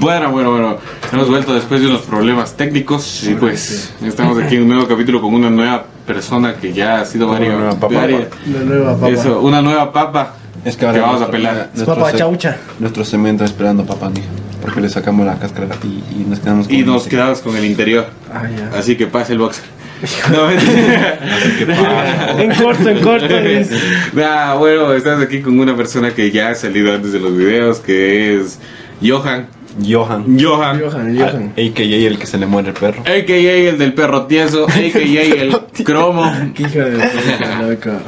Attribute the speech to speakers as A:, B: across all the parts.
A: Bueno, bueno, bueno. Hemos vuelto después de unos problemas técnicos y pues estamos aquí en un nuevo capítulo con una nueva persona que ya ha sido varias.
B: nueva papa.
A: varias-
C: La nueva papa.
A: Eso, una nueva papa
B: Es que ahora
A: vamos a
B: nuestro-
A: pelar.
C: Es
B: nuestro
C: papa
B: se-
C: chaucha.
B: Nuestro cemento esperando papá mía. Porque le sacamos la cáscara y, y nos quedamos
A: y nos
B: ese-
A: quedamos con el interior.
C: Ah, ya.
A: Así que pase el boxer. No, mentira.
C: En corto, en corto. dice.
A: Nah, bueno, estás aquí con una persona que ya ha salido antes de los videos, que es Johan.
B: Johan.
A: Johan.
C: Johan, Johan.
B: AKA el que se le muere el perro.
A: AKA el del perro tieso, AKA el cromo.
C: Qué hija de puta, loco.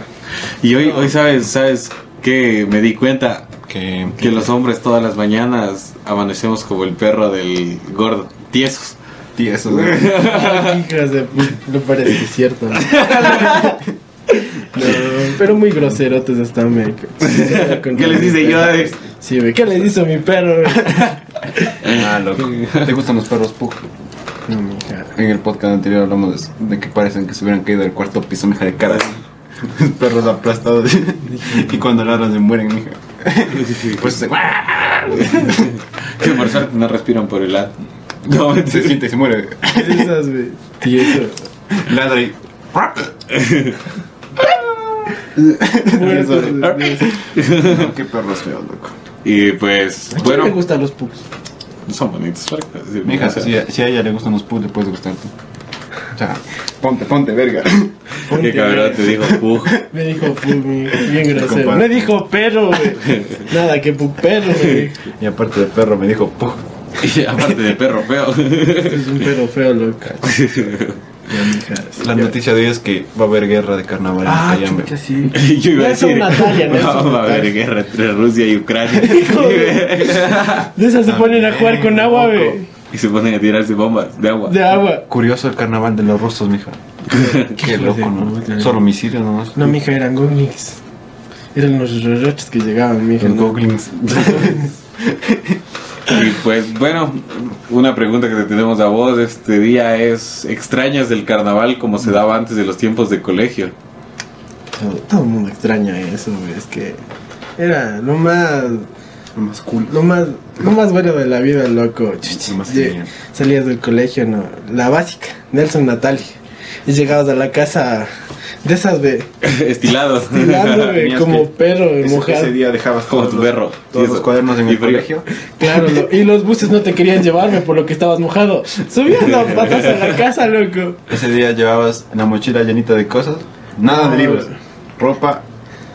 A: Y hoy, hoy sabes, sabes que me di cuenta
B: Que,
A: que los hombres todas las mañanas amanecemos como el perro del gordo, tiesos.
B: tieso, güey.
C: Qué hijas de puta. No parece que es cierto. ¿no? No, pero muy groserotes están, me.
A: ¿Qué les dice yo? de-
C: Sí, ve, ¿qué les hizo mi perro? ve?
B: Ah, loco. ¿Te gustan los perros Pug?
C: No, mija.
B: En el podcast anterior hablamos de, eso, de que parecen que se hubieran caído del cuarto piso, mija de cara. Perros aplastados. y cuando ladran se mueren, mija. Pues se,
A: Que por suerte no respiran por el lado. No,
B: se
A: mentira.
B: siente y se muere.
C: Esas, ve. Tieso.
B: Ladra y.
C: Muertos de- de-
B: No, qué perros feos, loco.
A: Y pues,
C: ¿Quién le
A: bueno,
C: gustan los pugs?
A: son bonitos. ¿para qué decir?
B: Mija,
A: O sea,
B: si, a- si a ella le gustan los pugs, le puedes gustar tú. O sea, ponte, ponte, verga.
A: Qué cabrón te Este dijo, "Pug".
C: Me dijo pug, mi- bien grosero.
B: Compadre.
C: Me dijo perro, güey. Nada, que pug perro, güey.
B: Y aparte de perro, me dijo, pug.
A: Y aparte de perro feo.
C: Este Es un perro feo, loco. Ya, mija, sí,
B: La
C: ya.
B: noticia de hoy es que va a haber guerra de carnaval
C: Ah,
B: en Cayambe.
C: chucha, sí.
A: Yo iba
C: No
A: a
C: es
A: decir,
C: una talla, no es
A: vamos
C: una
A: a ver
C: talla.
A: guerra entre Rusia y Ucrania.
C: Ah, De esas se ponen a jugar con agua, güey.
A: y se ponen a tirarse bombas de agua.
C: De agua.
B: Curioso el carnaval de los rusos, mija. Qué
C: hijo
B: loco,
C: de
B: ¿no?
C: puta.
B: Solo homicidios nomás.
C: No, mija, eran goblins. Eran los rorroches que llegaban, mija.
B: Los
C: ¿no?
B: goblins.
A: Y pues bueno, una pregunta que te tenemos a vos este día es, ¿extrañas del carnaval como se daba antes de los tiempos de colegio?
C: Todo, todo el mundo extraña eso, güey. Es que era lo más.
B: Más cool.
C: Lo más, lo más bueno de la vida, loco.
B: Lo más
C: Ye-
B: genial.
C: Salías del colegio, no. La básica, Nelson Natalia. Y llegabas a la casa de esas de.
A: Estilados.
C: Tirando, güey,
B: Tenías
C: como
B: que-
C: perro, güey,
B: Ese,
C: mojado.
B: ese día dejabas
A: Como
B: todos
A: tu
B: los-
A: perro.
B: Todos los
A: Eso.
B: cuadernos en
A: Y
B: el
A: frío.
B: colegio.
C: Claro, lo- y los buses no te querían llevarme por lo que estabas mojado. Subías las patas a la casa, loco.
B: Ese día llevabas la mochila llenita de cosas. Nada de
C: No.
B: libros. Ropa,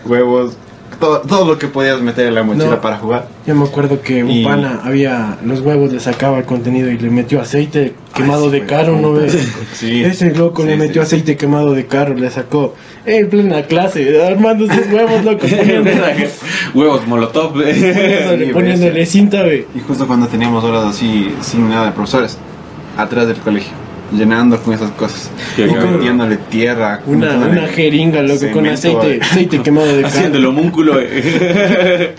B: huevos, todo, todo lo que podías meter en la mochila
C: No.
B: para jugar.
C: Yo me acuerdo que un
B: Y-
C: pana había los huevos, le sacaba el contenido y le metió aceite quemado
B: sí,
C: de
B: güey,
C: caro, ¿no
B: puta.
C: ves?
B: Sí.
C: Ese loco
B: Sí,
C: le
B: sí.
C: metió aceite quemado de carro, le sacó en plena clase, armando sus huevos, loco, poniéndole,
A: Huevos molotov.
C: poniéndole-
B: Sí,
C: poniéndole cinta, güey.
B: Y justo cuando teníamos horas así, sin nada de profesores, atrás del colegio, llenando con esas cosas.
A: Qué
B: Y
A: cabrón.
B: metiéndole tierra.
C: Una,
B: metiéndole
C: una jeringa, loco, con
B: cemento,
C: aceite,
B: eh.
C: aceite quemado de
A: Haciendo
C: carro.
A: el homúnculo. eh.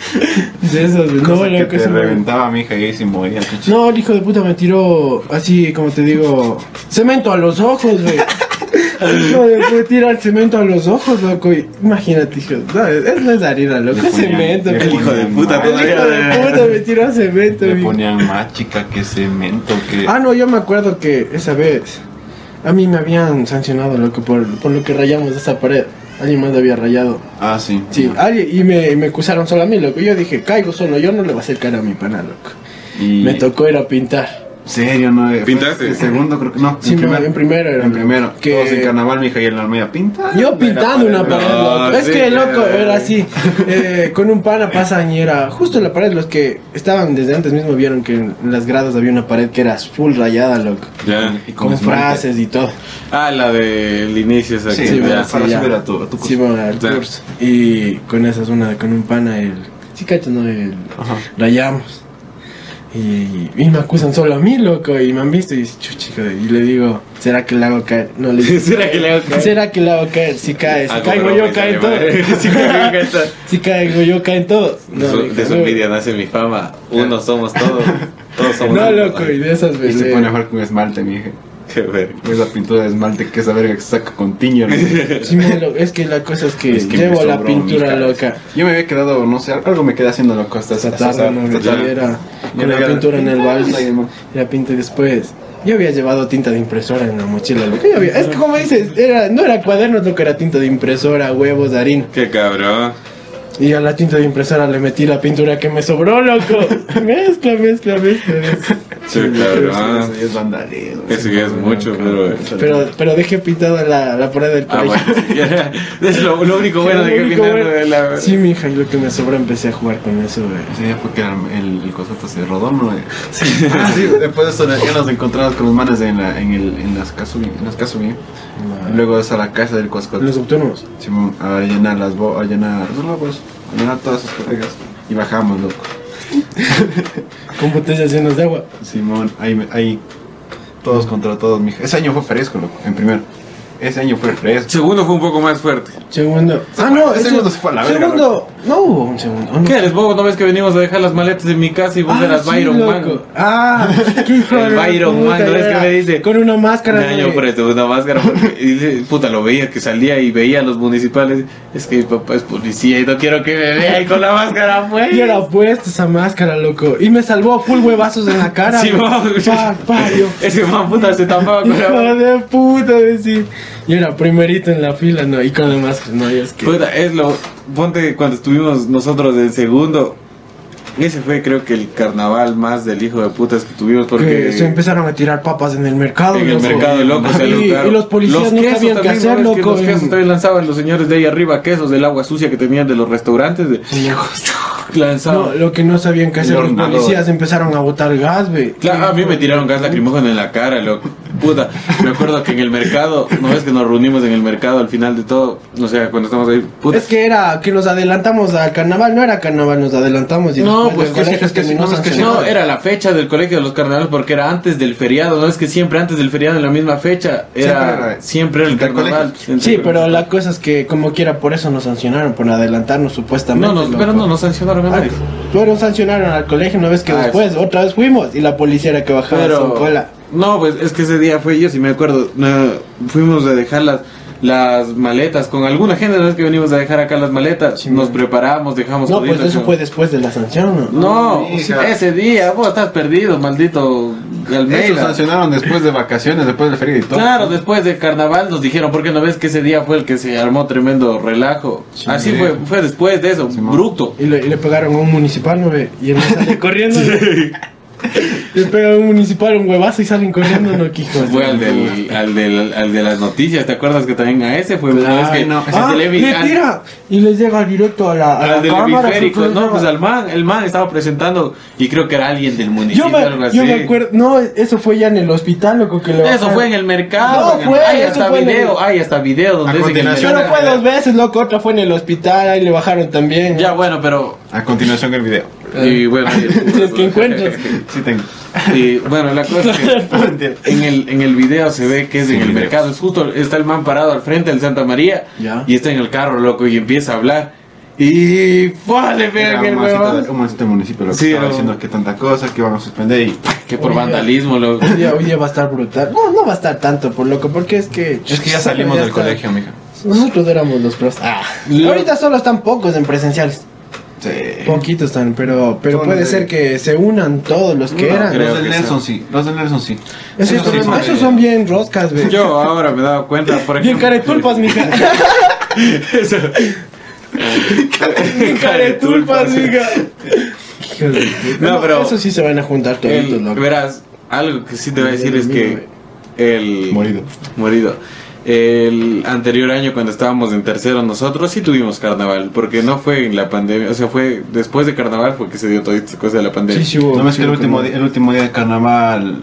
C: De esos, güey.
B: Cosa
C: no, loco,
B: que te
C: ese me-
B: reventaba mi hija y ahí se moría. chucha.
C: No, el hijo de puta me tiró así, como te digo, cemento a los ojos, güey. No, me pude tirar cemento a los ojos, loco. y- Imagínate, hijo. No, es no es harina, loco.
B: Le
C: es
B: ponían-
C: cemento,
B: le
C: el hijo,
B: ponían
A: de puta,
B: más-
C: el hijo de puta me tiró cemento,
B: Le
C: güey.
B: ponían más chica que cemento, que...
C: Ah, no, yo me acuerdo que esa vez a mí me habían sancionado, loco, por, por lo que rayamos esa pared. Alguien más la había rayado.
B: Ah, sí.
C: Sí, alguien, y me, me acusaron solo a mí, loco. Yo dije, caigo solo, yo no le voy a hacer cara a mi pana, loco.
B: Y-
C: Me tocó ir a pintar.
B: Serio, no. eh,
A: ¿Pintaste?
B: fue En segundo, creo que no.
C: Sí, no, en primero era.
B: En primero.
C: Que-
B: Todos en carnaval, mija, y en la armea pinta.
C: Yo pintando una
A: pared,
C: pared,
A: no,
C: loco. Es
A: sí,
C: que loco,
A: eh.
C: era así. eh, con un pana pasan y era justo en la pared. Los que estaban desde antes mismo vieron que en las gradas había una pared que era full rayada, loco.
A: Ya.
B: Y
C: Con,
B: esmalte.
C: frases y todo.
A: Ah, la del inicio. esa
B: Sí,
A: que-
B: sí,
A: ya.
B: sí. para subir a tu- a tu curso.
C: Sí, bueno, al
A: Ya.
C: curso. Y con esas una, con un pana, el. Sí, cacho, no, el.
B: Ajá.
C: Rayamos. Y, y me acusan solo a mí, loco. Y me han visto y dice, chuchico. Y le digo, ¿será que le hago caer? No le digo.
A: ¿Será que le hago caer?
C: ¿Será que le hago caer? Si cae, si
A: Ah,
C: caigo
A: como
C: yo,
A: no,
C: caen
A: me sale
C: todos.
A: mal. Si caigo yo, caen todos.
C: Si caigo yo, caen todos.
A: De su-
C: loco,
A: de su
C: no.
A: envidia nace mi fama. Uno somos todos. Todos somos
C: No,
A: uno.
C: loco, y Pues de esas
B: Y
C: veces.
B: se pone a jugar con esmalte, mija.
A: Qué verga.
B: Esa Pues pintura de esmalte que esa verga que se saca con tiño. ¿no?
C: Sí, me lo- es que la cosa es que,
B: Es que me
C: llevo la
B: sobró,
C: pintura
B: mija.
C: loca.
B: Yo me había quedado, no sé, algo me quedé haciendo loco hasta
C: Esa
B: hasta-
C: tarde no
B: hasta
C: me
B: tarde.
C: tuviera
B: Yo
C: con la
B: le-
C: pintura en el vals
B: Ay, no.
C: y la pinté después. Yo había llevado tinta de impresora en la mochila. loco, yo había- es que como dices, era, no era cuadernos lo que era tinta de impresora, huevos, harina.
A: Qué cabrón.
C: Y a la tinta de impresora le metí la pintura que me sobró, loco. mezcla, mezcla, mezcla. mezcla.
A: Sí,
B: Pero
A: cabrón.
B: eso ya es vandalismo.
A: Eso ya es mucho, pero.
C: Pero, pero dejé pintada la, la pared del
A: Ah,
C: colegio.
A: bueno, siquiera. Es lo, lo único bueno de
C: Lo
A: que
C: único
A: viniendo
C: bueno-
A: de la.
C: Sí, mija, y lo que me sobró empecé a jugar con eso, güey.
B: Ese día fue que el, el, el cosato se rodó, ¿no? Ah, sí, después de eso ya nos encontramos con los manes en, la, en, el, en las Kazubi. En las Kazubi.
C: Ah.
B: Y Luego es a la casa del Coscote.
C: Los autónomos.
B: Simón, a llenar las bo a llenar los lobos, a llenar todas sus bodegas. Y bajamos, loco.
C: Con botellas llenas de agua.
B: Simón, ahí, me- ahí todos contra todos, mija. Ese año fue fresco, loco, en primero. Ese año fue fresco.
A: Segundo fue un poco más fuerte.
C: Segundo. Ah, no,
B: Ese
C: ese-
B: segundo se fue a la verga,
C: Segundo. No hubo un segundo. ah, no.
A: ¿Qué eres, bobo? ¿No ves que venimos a dejar las maletas en mi casa y vos
C: Ah,
A: eras
C: sí,
A: Byron
C: loco.
A: Man?
C: Ah, qué hijo
A: El
C: de la
A: Byron
C: puta,
A: Man, ¿no ves que
C: era?
A: me dice?
C: Con una máscara.
A: Me yo
C: güey.
A: presto una máscara porque y dice, puta, lo veía que salía y veía a los municipales. Es que mi papá es policía y no quiero que me vea ahí con la máscara, pues.
C: Y era puesta esa máscara, loco. Y me salvó full huevazos en la cara.
A: Sí,
C: güey.
A: vamos.
C: Pa, pa, yo.
A: Ese man puta se tapaba con la
C: Hijo
A: máscara.
C: de puta, decir. Y era primerito en la fila, no. Y con la máscara, no. Y es que.
A: Puta, es lo. Ponte cuando estuvimos nosotros en segundo. Ese fue, creo que el carnaval más del hijo de putas que tuvimos porque.
C: que se empezaron a tirar papas en el mercado.
A: En el
C: loco.
A: mercado loco se
C: y,
A: lucraron.
C: y los policías no
A: quesos
C: sabían qué
A: también,
C: hacer,
A: ¿no ves que
C: loco.
A: Los quesos también lanzaban los señores de ahí arriba, quesos del agua sucia que tenían de los restaurantes. de- lanzaban.
C: No, lo que no sabían que hacer los
B: Hornador.
C: policías empezaron a botar gas, güey.
A: Claro, ah, a mí me tiraron gas lacrimógeno en la cara, loco. Puta, me acuerdo que en el mercado, no ves que nos reunimos en el mercado al final de todo, no sé, cuando estamos ahí, puta.
C: Es que era que nos adelantamos al carnaval, no era carnaval, nos adelantamos y
A: no,
C: después
A: pues
C: del
A: que,
C: colegio
A: es que- no,
C: terminó
A: es que no,
C: sancionado.
A: era la fecha del colegio de los carnavales porque era antes del feriado, no es que siempre antes del feriado en la misma fecha
B: Siempre
A: era
B: era-
A: siempre era el
B: entre
A: carnaval.
B: colegios.
A: entre-
C: Sí, pero la cosa es que como quiera por eso nos sancionaron por adelantarnos supuestamente.
A: no, no,
C: loco.
A: pero no nos sancionaron a
C: Ah,
A: nadie.
C: Pero sancionaron al colegio, no ves que
A: Ah,
C: después otra vez fuimos y la policía era que bajaba
A: Pero
C: sin cola.
A: no, pues es que ese día fue yo, si me acuerdo, no, fuimos a dejar las las maletas con alguna gente, no es que venimos a dejar acá las maletas,
C: Sí,
A: nos
C: man.
A: preparamos, dejamos
C: No,
A: todito,
C: pues eso
A: ¿no?
C: fue después de la sanción, ¿no?
A: No,
B: Hija.
A: ese día vos estás perdido, maldito
B: Eso
A: Galmeida.
B: sancionaron después de vacaciones, después del feriado y todo.
A: Claro, después del carnaval nos dijeron, ¿por qué no ves que ese día fue el que se armó tremendo relajo? Así
B: sí.
A: fue, fue después de eso,
B: Simón.
A: bruto.
C: Y le, y le pegaron a un municipal, ¿no ve? Y él sale corriendo. Le pegan a un municipal un huevazo y salen corriendo, no quijo.
A: Fue al, del, al, del, al de las noticias, ¿te acuerdas que también a ese fue?
B: Claro,
A: Es que
B: no.
A: ese
C: Ah,
A: televi-
C: le
A: al-
C: tira y les llega directo a la, a
A: al
C: la
A: del
C: cámara.
A: hemisférico,
C: su-
A: no, pues al man, el man estaba presentando y creo que era alguien del municipio,
C: yo me,
A: algo así.
C: yo me acuerdo, no, eso fue ya en el hospital, loco, que le
A: Eso
C: bajaron.
A: fue en el mercado.
C: No,
A: en el-
C: fue,
A: hay
C: eso
A: hasta
C: fue en el-
A: video, hay hasta video donde
B: A
A: dicen que el
B: continuación
C: Pero fue dos veces, loco, otra fue en el hospital, ahí le bajaron también.
A: Ya bueno, pero
B: A continuación el video.
A: Y bueno, y-
C: Si es Eh, que encuentras.
B: Sí tengo.
A: Y bueno, la cosa es que en el, en el video se ve que es
B: Sí,
A: en el
B: videos.
A: mercado. Es justo, está el man parado al frente del Santa María
C: Ya.
A: y está en el carro, loco, y empieza a hablar. Y ¡fua! le
B: Era
A: pegan el
B: un mancito del-
A: huevón.
B: un mancito del municipio lo que
A: Sí,
B: estaba
A: era un-
B: diciendo que tanta cosa que van a suspender y
A: Que por
C: Oye.
A: vandalismo, loco.
C: Hoy día, hoy día va a estar brutal. No, no va a estar tanto, por loco, porque es que...
B: es que ya salimos
C: Ya
B: del
C: está.
B: colegio, mija.
C: Nosotros éramos los pros. Ah,
A: Lo-
C: Ahorita solo están pocos en presenciales.
B: Sí.
C: Poquitos están, pero, pero
B: Son
C: puede
B: de-
C: ser que se unan todos los que
A: No,
C: eran.
A: creo.
B: los
A: que
B: del Nelson sí, los del Nelson sí.
C: Esos,
B: Esos sí
C: son,
B: son
C: esos
B: de-
C: son bien roscas, güey.
A: Yo ahora me he dado cuenta, por ejemplo.
C: Bien caretulpas, mija.
A: Eso.
C: Bien caretulpas, mija. Hijos de puta.
A: No,
C: No,
A: pero-
C: Eso sí se van a juntar
A: El-
C: toditos, loco.
A: verás, algo que sí te voy a decir es que el
B: Morido.
A: morido. El anterior año cuando estábamos en tercero nosotros sí tuvimos carnaval, porque no fue en la pandemia, o sea, fue después de carnaval fue que se dio toda esta cosa de la pandemia. Sí,
C: Sí, sí hubo.
B: No me es que el
C: sí,
B: último
C: como-
B: día, el último día de carnaval.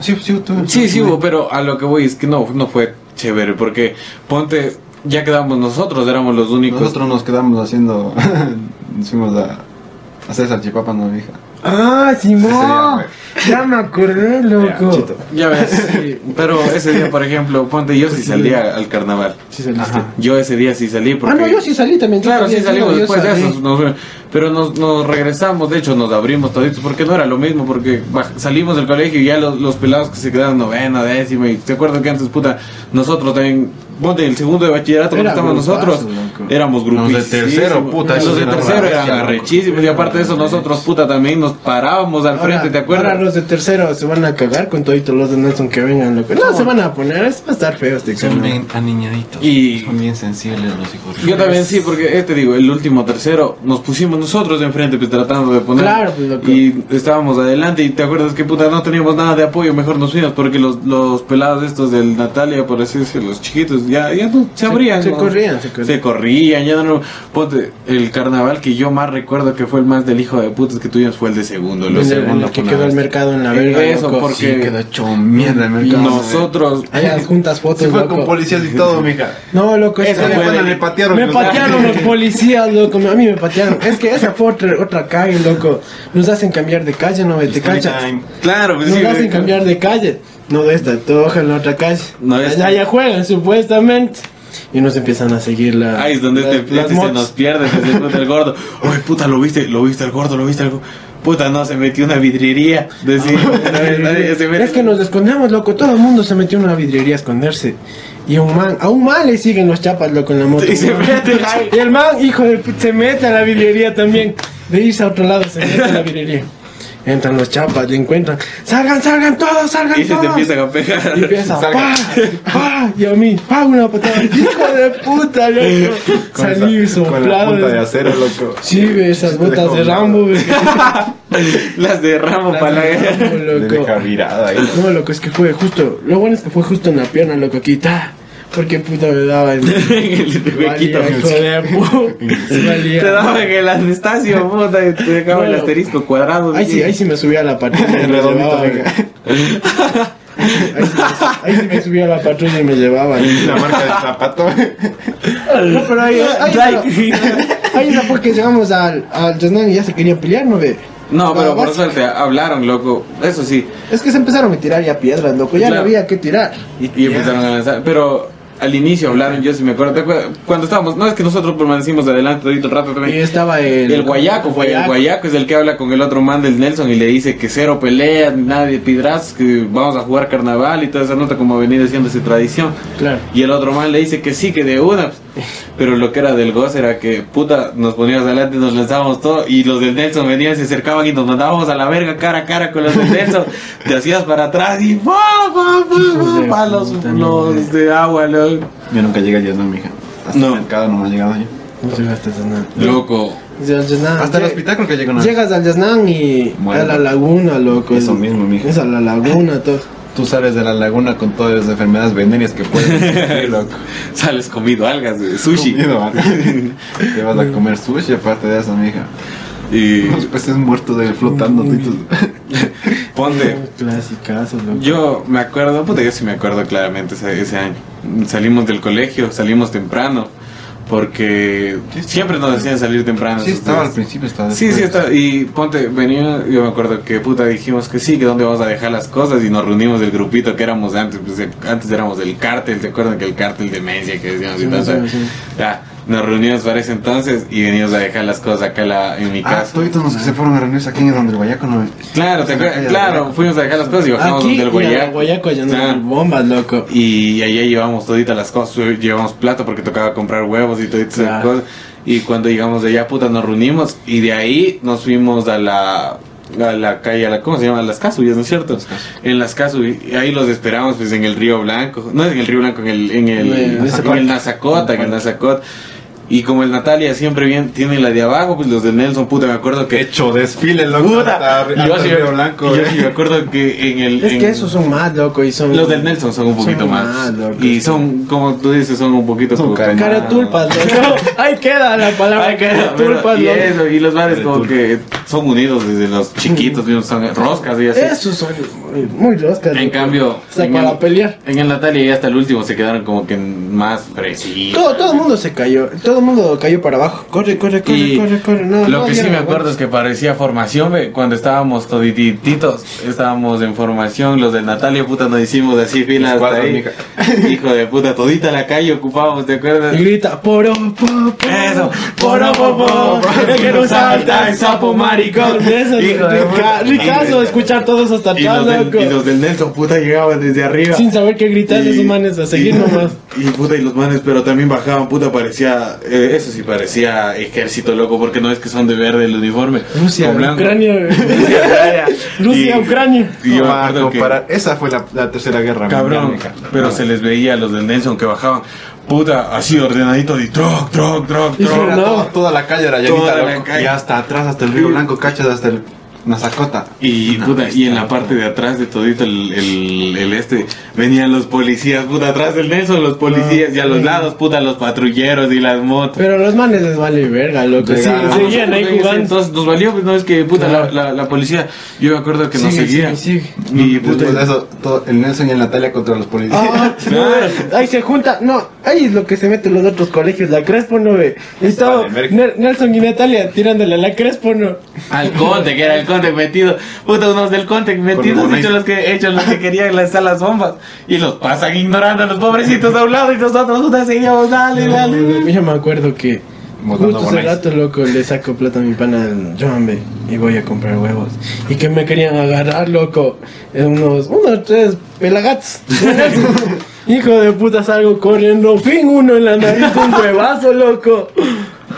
B: Sí, sí, tú.
A: sí, hubo, pero a lo que voy es que no no fue chévere, porque ponte ya quedamos nosotros, éramos los únicos.
B: Nosotros nos quedamos haciendo nos fuimos a a hacer salchipapas, no, mija.
C: Ah, Simón. Ya me acordé,
B: Ya,
C: loco.
B: chito.
A: Ya ves.
C: Sí.
A: Pero ese día, por ejemplo, ponte yo Pues sí salía al carnaval.
C: Sí saliste.
B: Ajá.
A: Yo ese día sí salí porque
C: Ah, no, yo sí salí también.
A: Claro, sí
C: salí,
A: salimos
C: yo
A: después de
C: salí.
A: eso. nos- Pero nos, nos regresamos, de hecho nos abrimos toditos, porque no era lo mismo, porque baj- salimos del colegio y ya los, los pelados que se quedaron novena, décima, y ¿te acuerdas que antes, puta, nosotros también, ponte el segundo de bachillerato, cuando
C: Era
A: estábamos
C: grupazo,
A: nosotros,
C: loco.
A: éramos
B: Los de
A: grupísimos.
B: tercero, puta,
A: Los
B: esos
A: de
B: eran
A: tercero
B: bravos,
A: eran
B: loco.
A: arrechísimos, y aparte de eso nosotros, puta, también nos parábamos al frente, ¿te acuerdas?
C: Ahora los de tercero se van a cagar con toditos los de Nelson que vengan, loco. No, se van a poner, es va a estar feo este
B: Son
C: carnal.
B: bien aniñaditos.
A: Y-
B: Son bien sensibles los hijos.
A: Yo también sí, porque eh, te digo, el último tercero nos pusimos nosotros de enfrente pues, tratando de poner.
C: Claro, pues, loco.
A: Y estábamos adelante y te acuerdas que puta no teníamos nada de apoyo, mejor nos fuimos porque los, los pelados estos del Natalia, por así decirlo, los chiquitos, ya, ya no se abrían.
C: se
A: ¿no?
C: corrían, se corrían.
A: Se corrían, ya no. Ponte, el carnaval que yo más recuerdo que fue el más del hijo de putas que tuvimos fue el de segundo,
C: En
A: lo
C: el- en
A: segundo.
C: el que
A: fue una
C: quedó el
A: bestia.
C: mercado en la
A: Eh,
C: verga.
A: eso,
C: loco.
A: porque-
B: Sí, quedó hecho mierda el
A: Y
B: mercado.
A: nosotros.
C: Ahí las juntas fotos.
B: Se fue
C: loco.
B: con policías y todo, mija.
C: No, loco,
A: Esa
C: esa
A: fue
C: fue-
A: de-
B: le patearon.
C: Me
B: los-
C: patearon los policías, loco. A mí me patearon. Es que esa fue otra, otra calle, loco. Nos hacen cambiar de calle, no,
A: Pues
C: te cachas.
B: Time.
A: Claro, pues
C: Nos
A: sí,
C: hacen
A: eh,
C: cambiar de calle. No de esta, toja en la otra calle.
A: No este. de esta.
C: Allá ya juegan, supuestamente. Y nos empiezan a seguir la.
A: Ahí es donde
C: las-
A: este,
C: las
A: este se
C: motos.
A: nos pierde, se nos pierde el gordo. Oye, puta, lo viste, lo viste el gordo, lo viste el gordo. Puta, no, se metió una vidriería. Decía, nadie- nadie se mete.
C: Ah. Es que nos escondemos, loco. Todo el mundo se metió en una vidriería a esconderse. Y un man, a un man le siguen los chapas, loco, en la moto.
A: Y se mete.
C: Y el man, hijo de put- se mete a la vidriería también. De irse a otro lado, se mete a la vidriería. Entran los chapas, le encuentran. Salgan, salgan todos, salgan
A: Y se
C: todos.
A: te empiezan a pegar.
C: Y empieza,
B: Salgan.
C: pa, pa, y a mí, pa, una patada. Hijo de puta, loco.
B: Con esa-
C: Salí
B: Con la
C: soplado.
B: punta de acero, loco.
C: Sí, ve, esas
B: Te
C: botas de
B: dejó-
C: Rambo, ve.
A: Las derramo para la guerra.
B: Te
C: Loco.
B: deja virada ahí.
C: No, loco, es que fue justo. Lo bueno es que fue justo en la pierna, loco, aquí ta. Porque puta me daba en el
A: El huequito. Te
C: huequito.
A: daban el anastasio, puta, y te dejaban el
C: No.
A: asterisco cuadrado.
C: Ahí sí, ahí sí me subía a la patrulla y
B: El
C: me
B: redondito,
C: llevaban.
B: mija.
C: Ahí sí me- ahí sí me subía a la patrulla y me llevaban.
B: La marca del zapato.
C: No, pero ahí, ahí,
A: Like.
C: ahí no fue que llegamos al, al Yosnan y ya se querían pelear, ¿no ve?
A: No,
C: Ah,
A: pero por
C: vas-
A: suerte hablaron, loco. Eso sí.
C: Es que se empezaron a tirar ya piedras, loco, ya
A: Claro.
C: no había que tirar.
A: Y, empezaron a lanzar. Pero al inicio hablaron, yo sí me acuerdo. ¿te acuerdas? Cuando estábamos, no es que nosotros permanecimos adelante todo el rato
C: Y
A: también.
C: estaba el...
A: El guayaco, fue, el guayaco es el que habla con el otro man del Nelson y le dice que cero peleas, ni nada de pidras, que vamos a jugar carnaval y toda esa nota como venía haciendo esa tradición.
C: Claro.
A: Y el otro man le dice que sí, que de una. pues. Pero lo que era del gozo era que, puta, nos poníamos adelante, nos lanzábamos todo. Y los del Nelson venían, se acercaban y nos mandábamos a la verga cara a cara con los del Nelson. Te hacías para atrás y ¡pa, pa, pa,
C: Hijos
A: pa,
C: de
A: pa! los,
C: puta,
A: los de agua, loco.
B: Yo nunca llegué a Yasna, mija. Hasta
A: No.
B: el mercado no me ha llegado yo.
C: No llegaste a nada.
A: Loco.
C: Desde el Yosnan,
B: Hasta el
C: lle-
B: hospital creo que llego una
C: Pues Llegas al Yasnan y
B: Muere.
C: a la laguna, loco.
B: Eso mismo, mija.
C: Es a la laguna, todo.
B: Tú sales de la laguna con todas las enfermedades venéreas que puedes sufrir, loco.
A: Sales comido algas, eh, sushi.
B: Comido, ¿vale? Te vas a comer sushi aparte de eso, mija.
A: Y
B: Los peces muertos de flotando, titos.
A: ponte,
C: Clasicazo, loco.
A: Yo me acuerdo, puta, yo sí me acuerdo claramente ese, ese año. Salimos del colegio, salimos temprano, porque
B: Sí, sí.
A: siempre nos decían salir temprano.
B: Sí,
A: esos
B: estaba al
A: días.
B: principio, estaba
A: Sí,
B: después.
A: sí, está. Y ponte, venía, yo me acuerdo que puta dijimos que sí, que dónde vamos a dejar las cosas y nos reunimos del grupito que éramos antes. pues, eh, antes éramos del cártel, ¿te acuerdan que el cártel de Mencia que decíamos y
C: Sí,
A: todo
C: sí,
A: eso?
C: sí.
A: Ya, nos reunimos para ese entonces y venimos a dejar las cosas acá en la- en mi
B: Ah,
A: casa.
B: todos los que se fueron a reunirse aquí en donde el Guayaco no.
A: Claro, te
B: En la
A: acuerdas-
B: calle de
A: claro,
B: Guayaco.
A: fuimos a dejar las cosas y bajamos
C: Aquí,
A: del
C: mira,
A: Guayaco.
C: guayaco llenando
A: Claro.
C: bombas, loco.
A: Y allá llevamos toditas las cosas, eh, llevamos plata porque tocaba comprar huevos y toditas esas
C: Claro.
A: cosas. Y cuando llegamos de allá, puta, nos reunimos y de ahí nos fuimos a la a la calle, a la, ¿cómo se llama? A las Casubis, ¿no es cierto? En las Casubis, y ahí los esperamos pues en el Río Blanco, no en el Río Blanco, en el, en el,
C: En el
A: en
C: Nazacota.
A: el Nazacota, en el Nazacota. Y como el Natalia siempre bien tiene la de abajo, pues los de Nelson, puta, me acuerdo que...
B: hecho desfile, loco.
A: Puta,
B: hasta-
A: yo
B: hasta
A: sí,
B: el Río Blanco,
A: yo
B: eh.
A: sí me acuerdo que en el...
C: Es
A: en-
C: que esos son más, loco, y son...
A: los del Nelson son un poquito más.
C: loco.
A: y son, como tú dices, son un poquito
B: Son
A: como-
B: caras.
C: Cara tulpas, loco. Ahí queda la palabra
A: Ay, cara, pero-
C: tulpas,
A: y,
C: loco.
A: eso, y los bares
B: Cara
A: como
B: tulpa.
A: que son unidos desde los chiquitos, mismos, son roscas y así.
C: Esos son muy, muy roscas.
A: En
C: loco.
A: cambio,
C: O sea,
A: en
C: para
A: el-
C: pelear.
A: En el Natalia y hasta el último se quedaron como que más fresitos.
C: Todo, todo el mundo se cayó. Todo el el mundo cayó para abajo. Corre, corre, corre,
A: Y
C: corre, corre. No,
A: lo
C: no,
A: que
C: ya
A: sí
C: no
A: me
C: aguanto.
A: acuerdo es que parecía formación, ve, cuando estábamos todititos, estábamos en formación, los del Natalio, puta, nos hicimos así filas hasta
B: Escuadra,
A: ahí. Hijo de puta, todita la calle ocupábamos, ¿te acuerdas?
C: Y grita, poro, po, po,
A: Eso,
C: poro, po, po, el que no salta el sapo maricón. Eso,
A: Hijo de puta.
C: rica- ricazo, escuchar todos hasta
A: Y los,
C: atrás,
A: del, y los
C: loco.
A: del Nelson, puta, llegaban desde arriba.
C: Sin saber qué gritar,
A: Y-
C: esos manes, a seguir
A: y-
C: nomás.
A: Y puta, y los manes, pero también bajaban, puta, parecía. eh, eso sí parecía ejército, loco, porque no es que son de verde el uniforme.
C: Rusia,
A: con blanco.
C: Ucrania, güey.
A: Rusia, Ucrania.
C: Rusia,
A: Y-
C: Ucrania.
A: y yo me
B: Ah,
A: acuerdo que-
B: comparar- Esa fue la, la tercera guerra
A: Cabrón,
B: mundial, mija.
A: pero se les veía a los del Nelson que bajaban, puta, así ordenadito, de troc, troc, troc,
C: Y
A: troc.
C: frenaba.
B: Toda, toda la calle era llanita,
A: Toda la
B: loco.
A: calle.
B: Y hasta atrás, hasta el río Blanco, cachas, hasta el Nazacota.
A: Y,
B: Una
A: puta, y en la
B: pista.
A: parte de atrás de todito el, el- el este, venían los policías, puta, atrás del Nelson, los policías,
C: Ah,
A: y a los lados, puta, los patrulleros y las motos. Ah,
C: Pero los manes les vale verga, loco.
B: Les
C: Sí,
B: gana.
C: seguían ahí jugando.
A: Entonces nos valió, pues no es que puta
C: Claro.
A: la, la, la policía, yo me acuerdo que nos
C: Sigue,
A: seguía.
C: sigue, sigue.
A: Y puta,
B: Después de pues eso, todo- el Nelson y el Natalia contra los policías.
C: Ah, no, ahí se junta, no, ahí es lo que se meten los otros colegios, la Crespo no ve. Estaba
B: Vale, verga.
C: Nel- Nelson y Natalia tirándole a la Crespo no.
A: al Conte, que era el Conte metido, puta, unos del Conte metidos,
B: Con
A: hechos los que, hechos los que querían lanzar las bombas, y los pasan ignorando a los pobrecitos a un lado, y nosotros puta seguíamos, dale, dale, dale.
C: Yo me acuerdo que
B: Botando
C: justo ese
B: bonais.
C: rato, loco, le saco plata a mi pana al Joan, ve, y voy a comprar huevos. Y que me querían agarrar, loco, eh, unos, unos tres pelagatos. Hijo de puta, salgo corriendo, fin uno en la nariz, un huevazo, loco.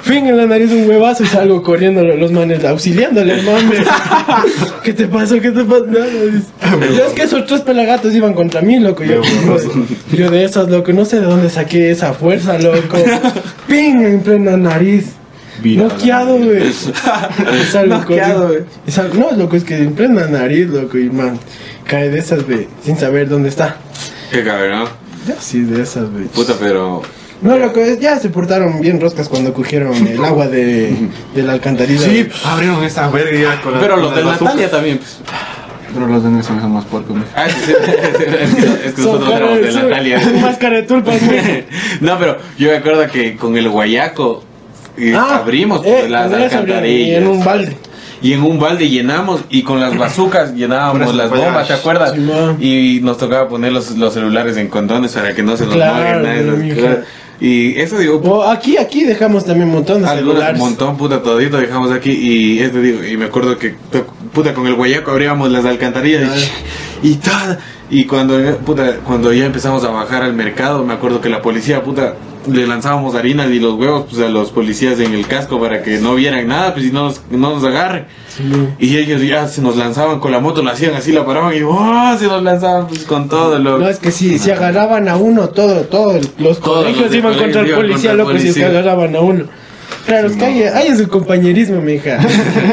C: Fin en la nariz un huevazo y salgo corriendo lo- los manes, auxiliándole al man. ve. ¿Qué te pasó? ¿Qué te pasó? Nada, dice. Yo es que esos tres pelagatos iban contra mí, loco. Yo,
B: Huevos.
C: yo de esas, loco, no sé de dónde saqué esa fuerza, loco. ¡Ping! En plena nariz.
B: Mira,
C: Noqueado,
B: la-
C: güey. Y salgo
A: Noqueado,
C: corriendo.
A: güey.
C: Y salgo- No, loco, es que en plena nariz, loco, y man, cae de esas, güey, sin saber dónde está.
A: Qué cabrón,
C: Ya sí, de esas, güey.
A: puta, pero
C: No, loco, es- ya se portaron bien roscas cuando cogieron el agua de, de la alcantarilla.
B: Sí,
A: pues,
B: abrieron esa verga ya con la-
A: Pero
B: con
A: los
B: la
A: de
B: bazooka.
A: Natalia también, pues.
B: Pero los de Nelson son más puercos, mija.
A: Ah, sí, sí, es que- es que nosotros éramos de Natalia.
C: Máscara de tulpas, güey.
A: no, pero yo me acuerdo que con el guayaco eh,
C: Ah,
A: abrimos
C: eh,
A: pues, las
C: con eso abrieron, y
A: alcantarillas.
C: En un balde.
A: Y en un balde llenamos y con las bazucas
B: Por
A: llenábamos
B: eso
A: las
B: fue la-
A: bombas, ¿te acuerdas?
C: Sí, ma.
A: y nos tocaba poner los, los celulares en condones para que no se nos
C: Claro,
A: mueran nada de esas
C: mija.
A: cosas. Y eso digo, pues,
C: O aquí, aquí dejamos también un montón de
A: algunas, un
C: celulares.
A: montón, puta, todito dejamos aquí y este digo, y me acuerdo que to- puta con el guayaco abríamos las alcantarillas y, y tal. Y cuando ya- puta, cuando ya empezamos a bajar al mercado, me acuerdo que la policía, puta, le lanzábamos harina y los huevos pues, a los policías en el casco para que no vieran nada, pues si no nos, no nos agarren. Y ellos ya se nos lanzaban con la moto, la hacían así, la paraban y ¡oh! se nos lanzaban pues, con todo lo
C: No, es que sí, si agarraban a uno, todo, todo, el- los
A: Todos los
C: colegios
A: de
C: iban contra
A: colegio
C: el
A: iban contra
C: policía,
A: el
C: loco, si es que
A: policía.
C: agarraban a uno. Claro, es que hay, hay es el compañerismo, mija.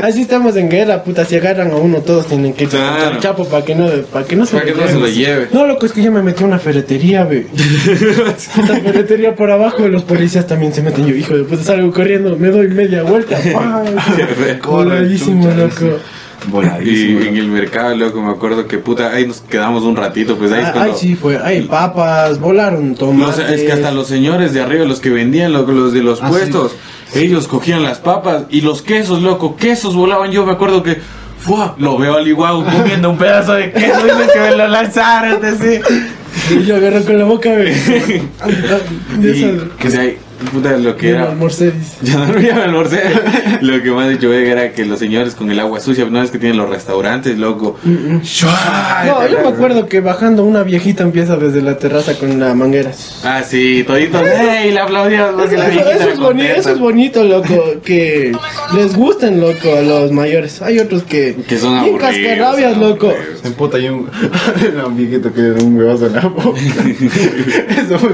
C: Así estamos en guerra, puta, si agarran a uno, todos tienen que ir
A: Claro.
C: contra el chapo para que no, para que no se
A: Para que no se lo lleve.
C: No, loco, es que yo me metí a una ferretería, ve. Esa ferretería por abajo, los policías también se meten. Yo, hijo de puta, salgo corriendo, me doy media vuelta. ¡pah! Voladísimo,
B: chucha,
C: loco.
A: Y
B: Voladísimo.
A: en el mercado, loco, me acuerdo que puta, ahí nos quedamos un ratito, pues ahí es
C: Ah,
A: cuando...
C: Ay, sí, fue. Ay, papas, volaron
A: Los-
C: tomates.
A: es que hasta los señores de arriba, los que vendían, lo- los, de los
B: Ah,
A: puestos, ellos cogían las papas y los quesos, loco, quesos volaban. Yo me acuerdo que, ¡fua! Lo veo al igual comiendo un pedazo de queso y me que me lo lanzaron, así.
C: Y yo agarré con la boca, güey. De
A: Y
C: esas,
A: que de ahí, puta, lo que
C: de
A: era.
C: las Mercedes.
A: Ya no ya me almorcé. Lo que más dicho verga, era que los señores con el agua sucia, no es que tienen los restaurantes, loco.
C: Mm.
A: ¡Shua!
C: No, yo me acuerdo que bajando una viejita empieza desde la terraza con la manguera.
A: Ah, sí, toditos. ¡Ey! Le aplaudíamos porque la
C: Eso,
A: viejita
C: eso
A: era
C: es boni-
A: contenta.
C: eso es bonito, loco, que les gusten, loco, a los mayores. Hay otros que...
A: Que son
C: bien
A: aburridos.
C: cascarrabias,
A: son
C: loco.
A: aburridos.
B: Se puta y un, era un viejito que le dio un huevazo en la boca. Eso fue,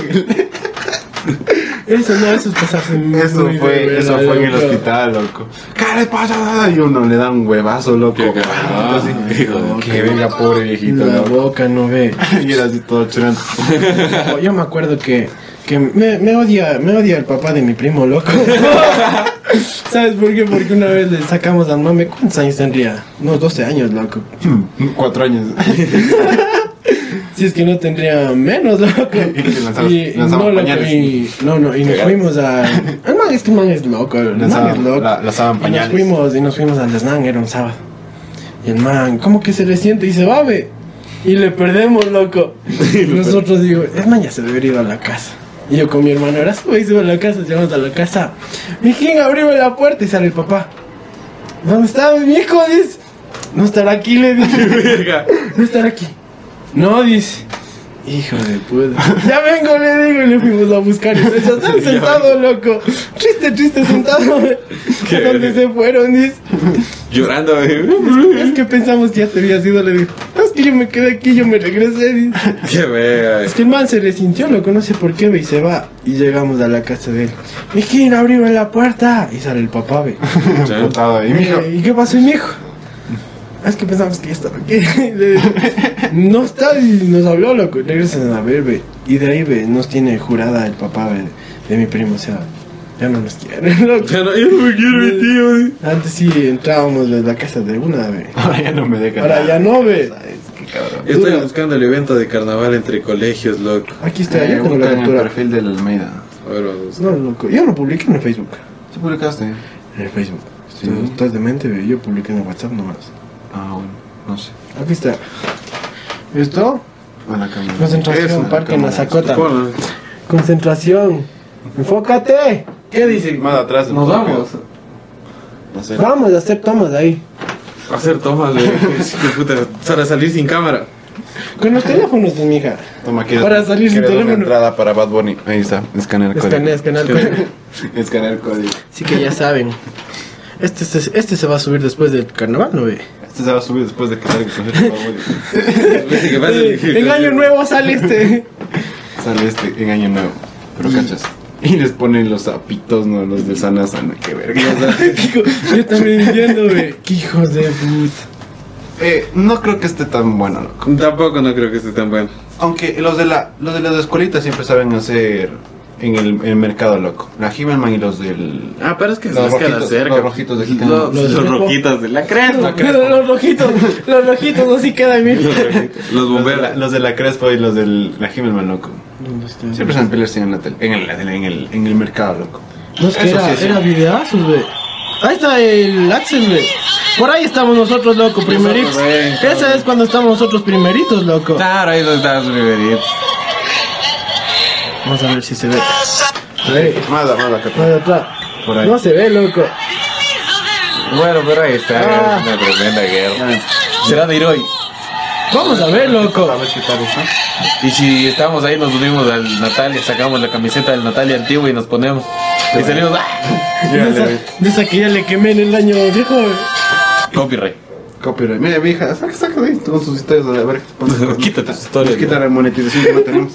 B: en-
C: Eso no, eso es pasarse muy
B: eso
C: de
B: fue,
C: verga,
B: eso fue en el
C: loco.
B: hospital, loco. ¿Qué le pasa? Y uno le da un huevazo, loco.
A: Qué cagado,
B: Así,
A: hijo de
B: que venga, pobre viejito,
C: La
B: loco.
C: boca no ve.
B: Y era así todo chorando.
C: Oh, Yo me acuerdo que, que me, me odia me odia el papá de mi primo, loco. ¿Sabes por qué? Porque una vez le sacamos al mame, ¿cuántos años tendría? Unos 12 años, loco.
B: Cuatro años.
C: Si es que no tendría menos, loco.
B: Y lanzamos-
C: Y- y
B: lanzamos
C: no, loco,
B: pañales.
C: y- no, no, y nos fuimos a... Además, man, es que el man es loco, el man es
B: Lanzaban-
C: loco.
B: la- lanzaban
C: y nos
B: pañales.
C: fuimos, y nos fuimos al desnán, era un sábado. Y el man, ¿cómo que se le siente? Y se va, ve. Y le perdemos, loco. Y nosotros digo, es man ya se debería ir a la casa. Y yo con mi hermano, era sube y sube a la casa, llegamos a la casa. Mijín, abrime la puerta y sale el papá. ¿Dónde está mi hijo? Dice, no estará aquí, le dije.
A: Verga.
C: No estará aquí. No, dice. Hijo de puta. Ya vengo, le digo, y le fuimos a buscar. Y se están sentado, loco. Triste, triste, sentado.
A: Qué
C: ¿Dónde
A: verga.
C: se fueron? Dice.
A: Llorando, güey.
C: Es que pensamos que ya te habías ido, le digo. "No, Es que yo me quedé aquí, yo me regresé. dice.
A: Qué verga.
C: Es que el man se resintió, loco, no sé por qué, ve, y se va. Y llegamos a la casa de él. Mijín, abrime la puerta. Y sale el papá, ve.
B: Putado ahí, mijo.
C: Eh, ¿Y qué pasó, mi hijo? Es que pensamos que ya estaba aquí. Le- no está y nos habló, loco. Regresan a ver, ve. Y de ahí, ve, nos tiene jurada el papá ve, de mi primo. O sea, ya no nos quiere, loco.
A: Ya no, yo no me quiero mi tío, güey.
C: Antes sí entrábamos de la casa de una, ve.
B: Ahora ya no me deja.
C: Ahora ya no, ve.
B: Ay, Qué cabrón.
A: Estoy buscando el evento de carnaval entre colegios, loco.
C: Aquí está,
B: Eh,
C: Este, yo tengo
B: busca en
C: la
B: el
C: captura.
B: perfil del Almeida.
A: A ver, vamos.
C: No, loco, yo no publiqué en el Facebook.
B: ¿Sí publicaste?
C: En el Facebook.
B: Sí.
C: Tú estás demente, ve. Yo publiqué en el WhatsApp nomás.
B: Ah, bueno. No sé.
C: Aquí está. ¿Esto?
B: A la cámara.
C: Concentración,
B: Eso, a la
C: parque en la
B: cámara.
C: Zacota.
A: Ponlo.
C: Concentración. Enfócate.
A: ¿Qué dicen?
B: Más atrás.
A: Nos vamos.
B: No sé.
C: Vamos a hacer tomas de ahí.
A: A hacer tomas, güey. Qué puta. Para salir sin cámara.
C: Con los teléfonos pues, de mi hija.
B: Toma, ¿quieres,
C: Para salir sin
B: ¿quieres una
C: teléfono.
B: entrada para Bad Bunny. Ahí está. Escanea el código.
C: Escanea, escanea el
A: Escanea.
C: código.
B: Escanea el código.
C: Así que ya saben. Este, este, este se va a subir después del carnaval, ¿no ve?
B: Este se va a subir después de que salga el concierto de Bad Bunny.
A: Dice que pasa el-
C: en año Eh, nuevo sale este.
B: Sale este en año nuevo. Pero cachas. Y les ponen los zapitos, ¿no? Los del Sana Sana. Qué verga.
C: Hijo, Yo también viendo, ve. Qué hijos de puta.
B: Eh, no creo que esté tan bueno, loco.
A: Tampoco no creo que esté tan bueno.
B: Aunque los de la, los de las escuelitas siempre saben hacer en el, el mercado, loco. La He-Man y los del.
A: Ah, pero es que
B: Los
A: es que a la
B: rojitos,
A: cerca.
B: los rojitos de aquí
A: Los,
B: tenemos.
A: los
C: Los-
A: rojitos de la cresta.
C: Pero los rojitos, los rojitos así quedan, mira.
A: Los
B: Los de, la,
A: bomberos.
B: los de la Crespo y los del la He-Man, loco. Siempre se peleas en la tele, en el, en el, en el, en el mercado, loco.
C: No, es que
B: Eso
C: era,
B: sí, sí.
C: era videazos, ve. Ahí está el Axel, ve. Por ahí estamos nosotros, loco, primeritos.
A: Nosotros, ve,
C: Esa es cuando estamos nosotros primeritos, loco.
A: Claro, ahí los das, Riverito.
C: Vamos a ver si se ve. Ahí,
B: Mala, mala, capaz.
C: más atrás.
B: Por ahí.
C: No se ve, loco.
A: Bueno, pero ahí está.
C: Ah.
A: Es una tremenda guerra.
B: Ah.
A: Será de Iroi.
C: Vamos a ver, loco.
B: A ver ¿ah? qué tal está.
A: Y si estamos ahí, nos unimos al Natalia, sacamos la camiseta del Natalia antigua y nos ponemos. Y salimos. ¡ah!
C: De esa, de esa que ya le quemé en el año viejo. ve.
A: Copyright.
B: Copyright. Mira, mi hija, saca, saca de ahí con sus historias. A ver,
A: Quita tus historias,
B: Nos quita la monetización que no tenemos.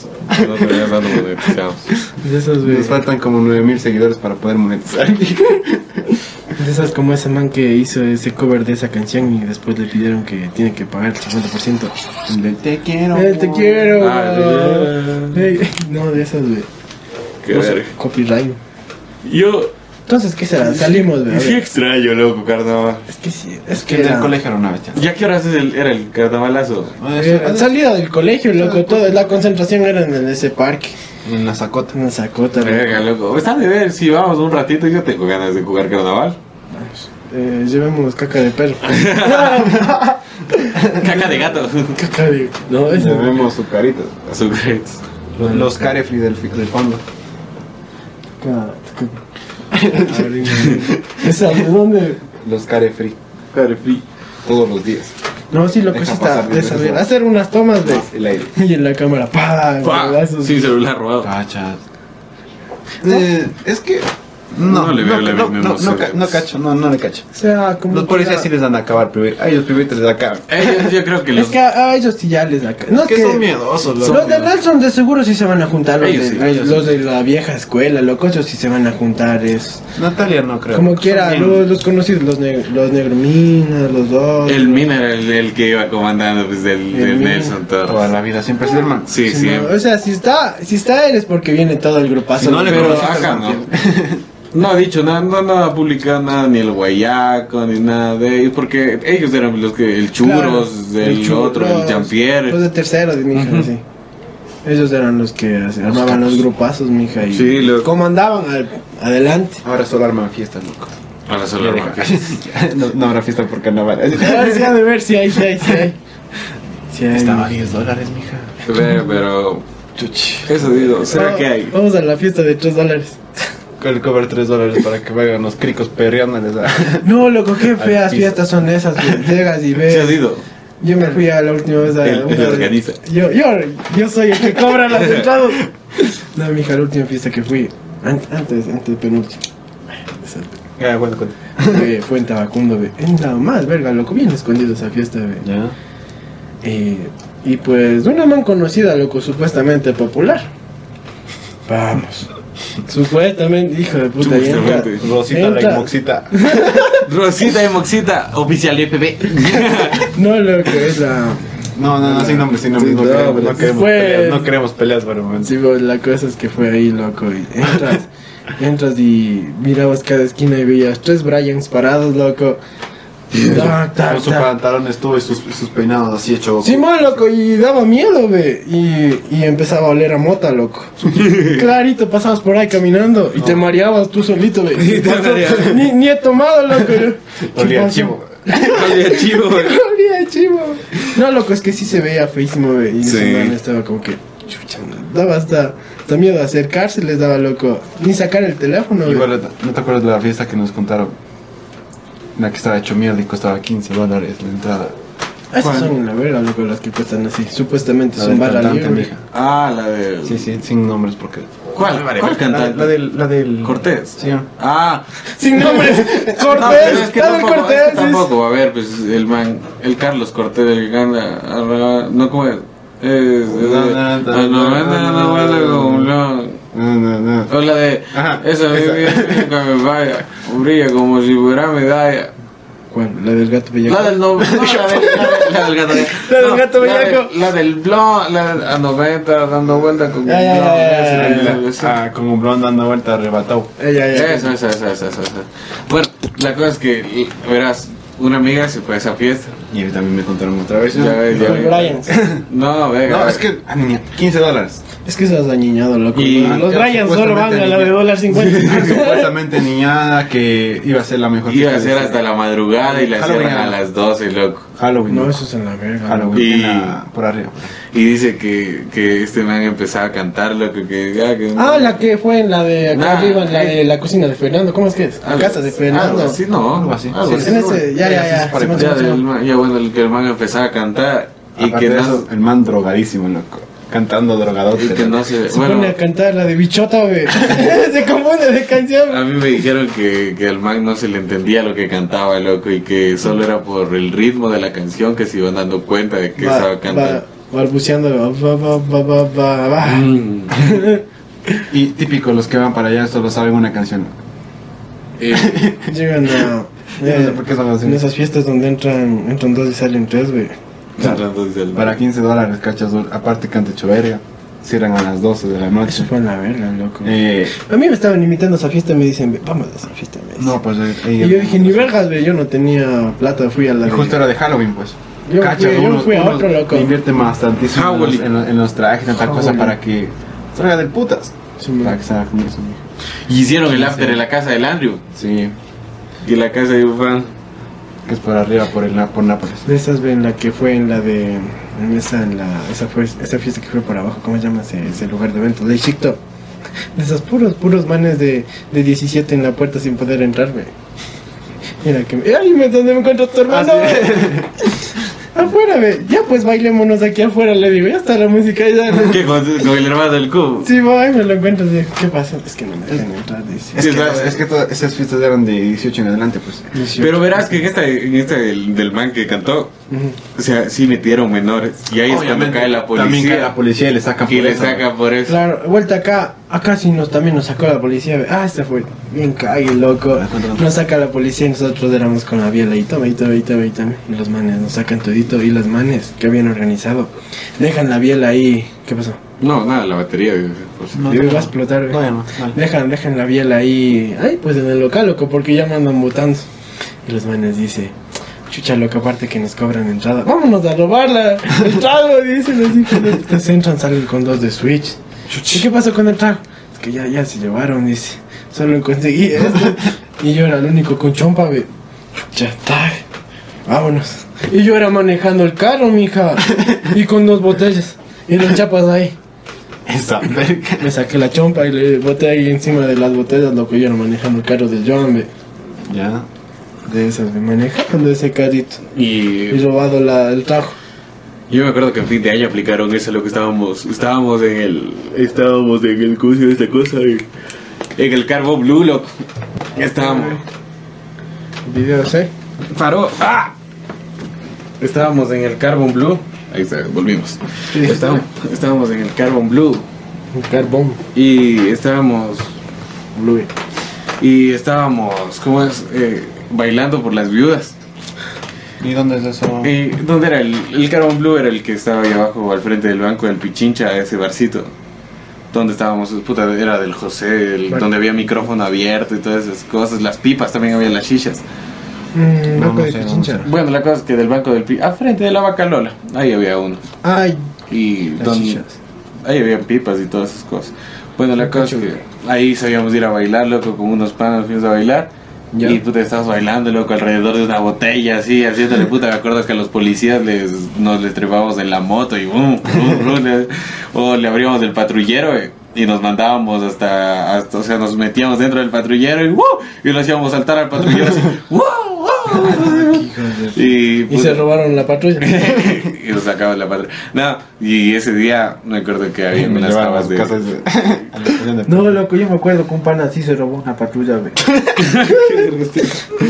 A: No te vayas dando porque te echamos.
C: De esas, ve.
B: Nos faltan como 9000 seguidores para poder monetizar.
C: De esas como ese man que hizo ese cover de esa canción y después le pidieron que tiene que pagar el 50%.
B: De te quiero.
C: Eh, te quiero.
A: Ah, sí.
C: Eh, No, de esas, güey. Eh.
A: Qué verga.
C: Copyright.
A: Yo.
C: Entonces, ¿qué será? Salimos, ve. a ver.
A: extraño, loco, carnaval.
C: Es que sí, es que
B: Que del
C: era,
B: colegio era una vez ya.
A: ¿Ya qué horas es el, era el carnavalazo?
C: era Eh, salida del colegio, loco, todo, la concentración era en ese parque,
B: En la sacota.
C: en la sacota. loco.
A: Verga, loco. Está de ver si vamos un ratito. Yo tengo ganas de jugar carnaval.
C: Eh, llevemos caca de perro.
A: Caca de gato.
C: caca de... No, es...
B: Ya vemos sus caritas.
A: Azucaritos.
B: Los carefree del, fi- del fondo.
C: Caca- Esa, ¿de dónde?
B: Los carefree.
A: Carefree.
B: Todos los días.
C: No, sí, loco, sí
B: Deja
C: está,
B: pasar,
C: de
B: deja
C: saber,
B: pasar. Ah.
C: hacer unas tomas de...
B: El aire.
C: Y en la cámara, pa, golazos.
A: Sin celular robado.
B: Cachas. Eh, es que. No,
A: No
B: no
A: le veo
B: no,
A: la
B: no,
A: misma
B: no,
A: emoción.
B: no, ca- no cacho, no, no le cacho.
C: O sea, como...
B: Los
C: que
B: policías
C: era-
B: sí les dan a acabar primero. Ay, los primeros les acaban.
A: Eh, yo creo que los.
C: Es que a, a ellos sí ya les da... ca- No, es
B: Que son miedosos,
C: Los,
B: loco.
C: de Nelson de seguro sí se van a juntar, los,
A: Ellos sí,
C: de,
A: ellos
C: los de la vieja escuela, loco, ellos sí se van a juntar, es...
B: Natalia no creo.
C: Como
B: Son
C: quiera,
B: bien-
C: los, los conocidos, los, neg los Negromina, los dos.
A: El Mina era el, el que iba comandando, pues del,
C: El
A: del
C: Mina.
A: Nelson Torres.
B: Toda la vida siempre es el hermano.
A: Sí,
C: Si
A: sí.
C: no- o sea, si está, si está él es porque viene todo el grupazo.
B: Si no le
C: pero-
A: Pero
B: conociste
A: ajá,
B: al
A: no. No ha dicho nada, no, no ha publicado nada, ni el guayaco, ni nada de ellos, porque ellos eran los que, el
C: claro,
A: churros, el,
C: Churros, pues
A: otro, el
C: Los
A: Jean-Pierre.
C: de terceros, de mi hija, sí. Ellos eran los que hace- armaban los grupazos, mija, y
A: Sí, lo-
C: comandaban al- adelante.
B: Ahora solo arman fiestas, loco.
A: Ahora solo
B: Ya
A: arma
B: deja.
A: fiesta.
B: no, no habrá fiesta por carnaval.
C: A ver si ha de ver si hay, si hay, si hay. Si hay.
B: Estaba a 10 dólares, mija.
A: Ve, pero.
B: Chuchi.
A: Eso digo, ¿será
C: Vamos-
A: que hay?
C: Vamos a la fiesta de 3 dólares.
B: Con el cover 3 dólares para que vayan los cricos perreándoles. a-
C: No, loco, qué feas
B: piso.
C: fiestas son esas. güey. Llegas y
A: ¿Se ha
C: ves.
A: ido?
C: Yo me fui a la última vez a.
A: El- el
C: una de-
A: organiza.
C: Yo, yo, yo soy el que cobra las entradas. No, mija, la última fiesta que fui. an- Antes, antes, penúltima.
B: Ya, bueno, cuenta.
C: Fue, fue en Tabacundo, ve. En la más, verga, loco, bien escondido esa fiesta, ve.
B: Ya.
C: Eh, y pues una man conocida, loco, supuestamente popular. Vamos. Supuestamente, hijo de puta. y entra-
A: Supuestamente.
B: Rosita, la
C: Entra.
B: Moxita.
A: Rosita y Moxita, oficial IPB.
C: No, loco, es la...
B: No, no, no, sin nombre, sin nombre.
A: Sí,
B: No
A: no, pues,
B: queremos, no queremos
C: pues.
B: peleas, no queremos peleas por el momento.
C: sí, pues, la cosa es que fue ahí, loco, y entras, entras y mirabas cada esquina y veías tres Bryans parados, loco. Tac, tac,
B: Con sus
C: tac.
B: pantalones tuvo y sus, sus peinados así hecho.
C: Simón, loco, y daba miedo, ve. Y, y empezaba a oler a mota, loco. Clarito, pasabas por ahí caminando y te mareabas tú solito, ve.
A: te
C: Pasó-
A: mareabas.
C: ni, ni he tomado, loco. ¿Qué
B: Olía
C: pasó?
B: chivo.
A: Oye, chivo.
C: Olía a chivo. No, loco, es que sí se veía feísimo, ve. Y
A: Sí.
C: ese man estaba como que. Chucha, daba hasta, hasta miedo a acercarse, les daba loco. Ni sacar el teléfono, ve.
B: Igual, ¿no te acuerdas de la fiesta que nos contaron? La que estaba hecho mierda y costaba 15 dólares la entrada.
C: Ah, Esas
B: ¿cuál?
C: son la verga, loco, las que cuestan así. Supuestamente
B: La
C: son
B: del
C: barra
B: cantante,
C: libre.
B: mija.
A: Ah, la de.
B: Sí, sí, sin nombres porque...
A: ¿Cuál? ¿Cuál cantante?
B: La, la del... La del...
A: Cortés.
B: Sí. ¿no?
A: Ah,
C: Sin nombres,
A: no, pero es
C: Cortés,
A: que
C: dale
A: tampoco,
C: Cortés.
A: es que
C: es-
A: tampoco, a ver, pues el man, el Carlos Cortés, el que gana, arra- no como es. Es- es de-
B: no,
A: Ah, no,
B: no, no,
A: no, no,
B: no, no,
A: vale,
B: no,
A: como
B: no.
A: lo-
B: No, no, no.
A: o la de
B: Ajá,
A: eso
B: esa.
A: vaya, brilla como si fuera medalla.
C: ¿Cuál? ¿La del gato bellaco?
A: La del no, no, la, del, la del gato
C: La del
A: no, la
C: gato
A: del-
C: bellaco.
A: La del blon, la del a 90 dando vuelta con
C: Ya, ya,
A: el blon,
C: ya, ya,
A: esa,
C: ya,
A: esa,
B: La-
A: esa.
B: ah, como blonde dando vuelta arrebatado.
C: Eh, ya, ya.
A: Eso, eso, eso, eso, eso, eso. Bueno, la cosa es que, verás, una amiga se fue a esa fiesta.
B: Y también me contaron otra vez. ¿no?
A: Ya ves, ya
C: Con
A: ves.
C: Bryans.
A: No, venga.
B: No, es que... Ah, niña, 15 dólares.
C: Es que estás dañinado, loco.
A: Y-
C: Ah, los Bryans solo van a la de dólar 50.
B: Supuestamente niñada que iba a ser la mejor
A: Iba a
B: fiesta de
A: ser
B: ese-
A: hasta la madrugada y la
B: Halloween,
A: cierran a
B: ¿no?
A: las 12, loco.
B: Halloween.
C: no, eso es en la verga.
B: Halloween.
A: Y-
B: en la- por arriba.
A: Y dice que, que este man empezaba a cantar, loco, que... ah, que-
C: Ah, la que fue en la de acá
A: Nah,
C: arriba, en la
A: eh.
C: de la cocina de Fernando. ¿Cómo es que es? La
A: algo-
C: casa de
A: Algo
C: Fernando.
A: así, no.
B: Algo así.
A: Algo
B: Sí,
A: así.
C: en ese, ya, ya,
B: Sí,
C: ya.
B: sí,
C: se me
A: Ya,
C: hace mucho.
A: del man- ya, bueno, el que el man empezaba a cantar y
B: Aparte
A: que
B: de
A: no...
B: eso, el man drogadísimo, loco. Cantando drogadote.
A: Y que no
B: loco.
A: se...
C: Se
A: Bueno,
C: pone a cantar la de bichota, güey. se confunde de canción.
B: Ah,
A: A mí me dijeron que, que al man no se le entendía lo que cantaba, loco, y que solo era por el ritmo de la canción que se iban dando cuenta de que
C: Va-
A: estaba
C: va-
A: cantando.
C: Balbuceando. va, va, va, va, va, va.
A: Mm.
B: Y típico, los que van para allá solo saben una canción.
A: Eh,
C: Llegan a. eh,
B: Yo no sé por qué son así.
C: En esas fiestas donde entran, entran dos y salen tres, güey.
A: entonces el-
B: Para 15 dólares, cachas. Aparte, canta hecho verga. Cierran a las 12 de la
C: Eso
B: noche.
C: fue en la verga, loco.
B: Eh,
C: A mí me estaban invitando a esa fiesta y me dicen, "Ve, vamos a esa fiesta. Me dicen.
B: no, pues. eh, ahí-
C: Y yo dije, ni vergas, güey, yo no tenía plata, fui a la
B: Y
C: de-
B: justo era de Halloween, pues.
C: Yo fui- yo fui a otro, loco.
B: Invierte bastantísimo en los,
A: Halloween.
B: en, los- en los trajes y tanta cosa
C: Halloween.
B: para que salga del putas.
C: Sí, man.
B: Para que salga con eso. mijo.
A: Y hicieron el after en la casa del Andrew
B: Sí,
A: y la casa de un fan.
B: que es por arriba, por, el, Na- por Nápoles.
C: De esas, güey, en la que fue en la de... En esa, en la... Esa, fue, esa fiesta que fue por abajo, ¿cómo se llama ese, ese lugar de eventos? De Chicto. De esos puros, puros manes de, de 17 en la puerta sin poder entrar, güey. Mira que... me- ¡Ay, me- dónde me encuentro
A: Ah,
C: tu hermano! afuera, güey. Ya, pues, bailémonos aquí afuera, le digo. Ya está la música, ya...
A: ¿Qué? Con, con el hermano del cubo.
C: Sí, voy, me lo encuentro, digo, ¿qué pasa? Es que no me dejan entrar, dice.
B: Es
A: Sí,
B: que,
A: claro.
B: es que todas esas fiestas eran de 18 en adelante, pues.
A: Pero verás que en esta, en esta del, del man que cantó,
C: Ujú.
A: o sea, sí metieron menores. Y ahí es cuando
B: Obviamente,
A: cae la
B: También cae
A: policía.
B: la policía y le sacan
A: Y
B: por
A: le
B: eso.
A: saca por eso.
C: Claro, vuelta acá, acá sí nos también nos sacó la policía. ve. Ah, este fue bien cague, loco. Nos saca la policía y nosotros éramos con la biela y toma y toma y toma y toma. Y los manes nos sacan todito y los manes, que bien organizado. Dejan la biela ahí. ¿Qué pasó?
A: No, nada, la batería. por si-
B: No,
C: Yo
B: no,
C: iba a
B: no.
C: explotar. ve.
B: No, ya no, dale.
C: Dejan, dejan la biela ahí. Ay, pues en el local, loco, porque ya me andan botando. Y los manes dice, Chucha, loca, aparte que nos cobran entrada. Vámonos a robarla. El trago, dicen así. que de- Entonces entran, salen con dos de Switch. ¿Y qué pasó con el trago? Es que ya, ya se llevaron, dice. Solo conseguí esto. Y yo era el único con chompa, ve. Ya está. Vámonos. Y yo era manejando el carro, mija. Y con dos botellas. Y los chapas ahí.
B: Esa verga.
C: Me saqué la chompa y le boté ahí encima de las botellas, loco. Yo era manejando el carro del Joan, ve.
B: Ya.
C: De esas, me manejando ese carrito. Y
A: Y
C: robado la, el trajo.
A: yo me acuerdo que en fin de año aplicaron eso, lo que estábamos, estábamos en el, estábamos en el curso de esta cosa, en, en el Carbo Blue, loco. Estábamos,
C: Videos, ¿eh?
A: paró, ¡ah! Estábamos en el Carbon Blue. Ahí está, volvimos. Estábamos, estábamos en el Carbon Blue
C: Un carbón.
A: y estábamos
C: Blue.
A: y estábamos ¿cómo es? Eh, bailando por las viudas.
B: ¿Y dónde es eso?
A: Eh, ¿Dónde era? El, el Carbon Blue era el que estaba ahí abajo al frente del banco del Pichincha, ese barcito. Donde estábamos, puta, era del José, el-
C: Vale.
A: donde había micrófono abierto y todas esas cosas. Las pipas también había las shishas.
C: Mm,
B: No,
C: loco
B: no
C: de
B: sé, no
C: Pichincha.
B: sé.
A: Bueno, la cosa es que del banco del Pichincha, al frente de la vaca Lola, ahí había uno.
C: Ay,
A: Y
C: Las
A: don-
C: chichas.
A: ahí habían pipas y todas esas cosas. Bueno, la
C: Qué
A: cosa es
C: chulo.
A: que ahí sabíamos ir a bailar, loco, con unos panos fuimos a bailar.
C: Ya.
A: Y puta, estábamos bailando, loco, alrededor de una botella, así, haciéndole puta. Me acuerdo que a los policías les, nos les trepábamos en la moto y bum, bum, bum, le- O le abríamos el patrullero, eh, Y nos mandábamos hasta, hasta, o sea, nos metíamos dentro del patrullero y ¡wow! Y lo hacíamos saltar al patrullero así, uh, ¡wow! wow". uh, Y,
C: y se
A: puta,
C: robaron la patrulla.
A: y nos sacaba la patria. No, y ese día me acuerdo que había
B: Me
A: unas
B: llevaron a
A: cabas
B: las
A: de.
B: casas de- a la estación de-
D: No, loco, yo me acuerdo que un pana así se robó una patrulla, güey.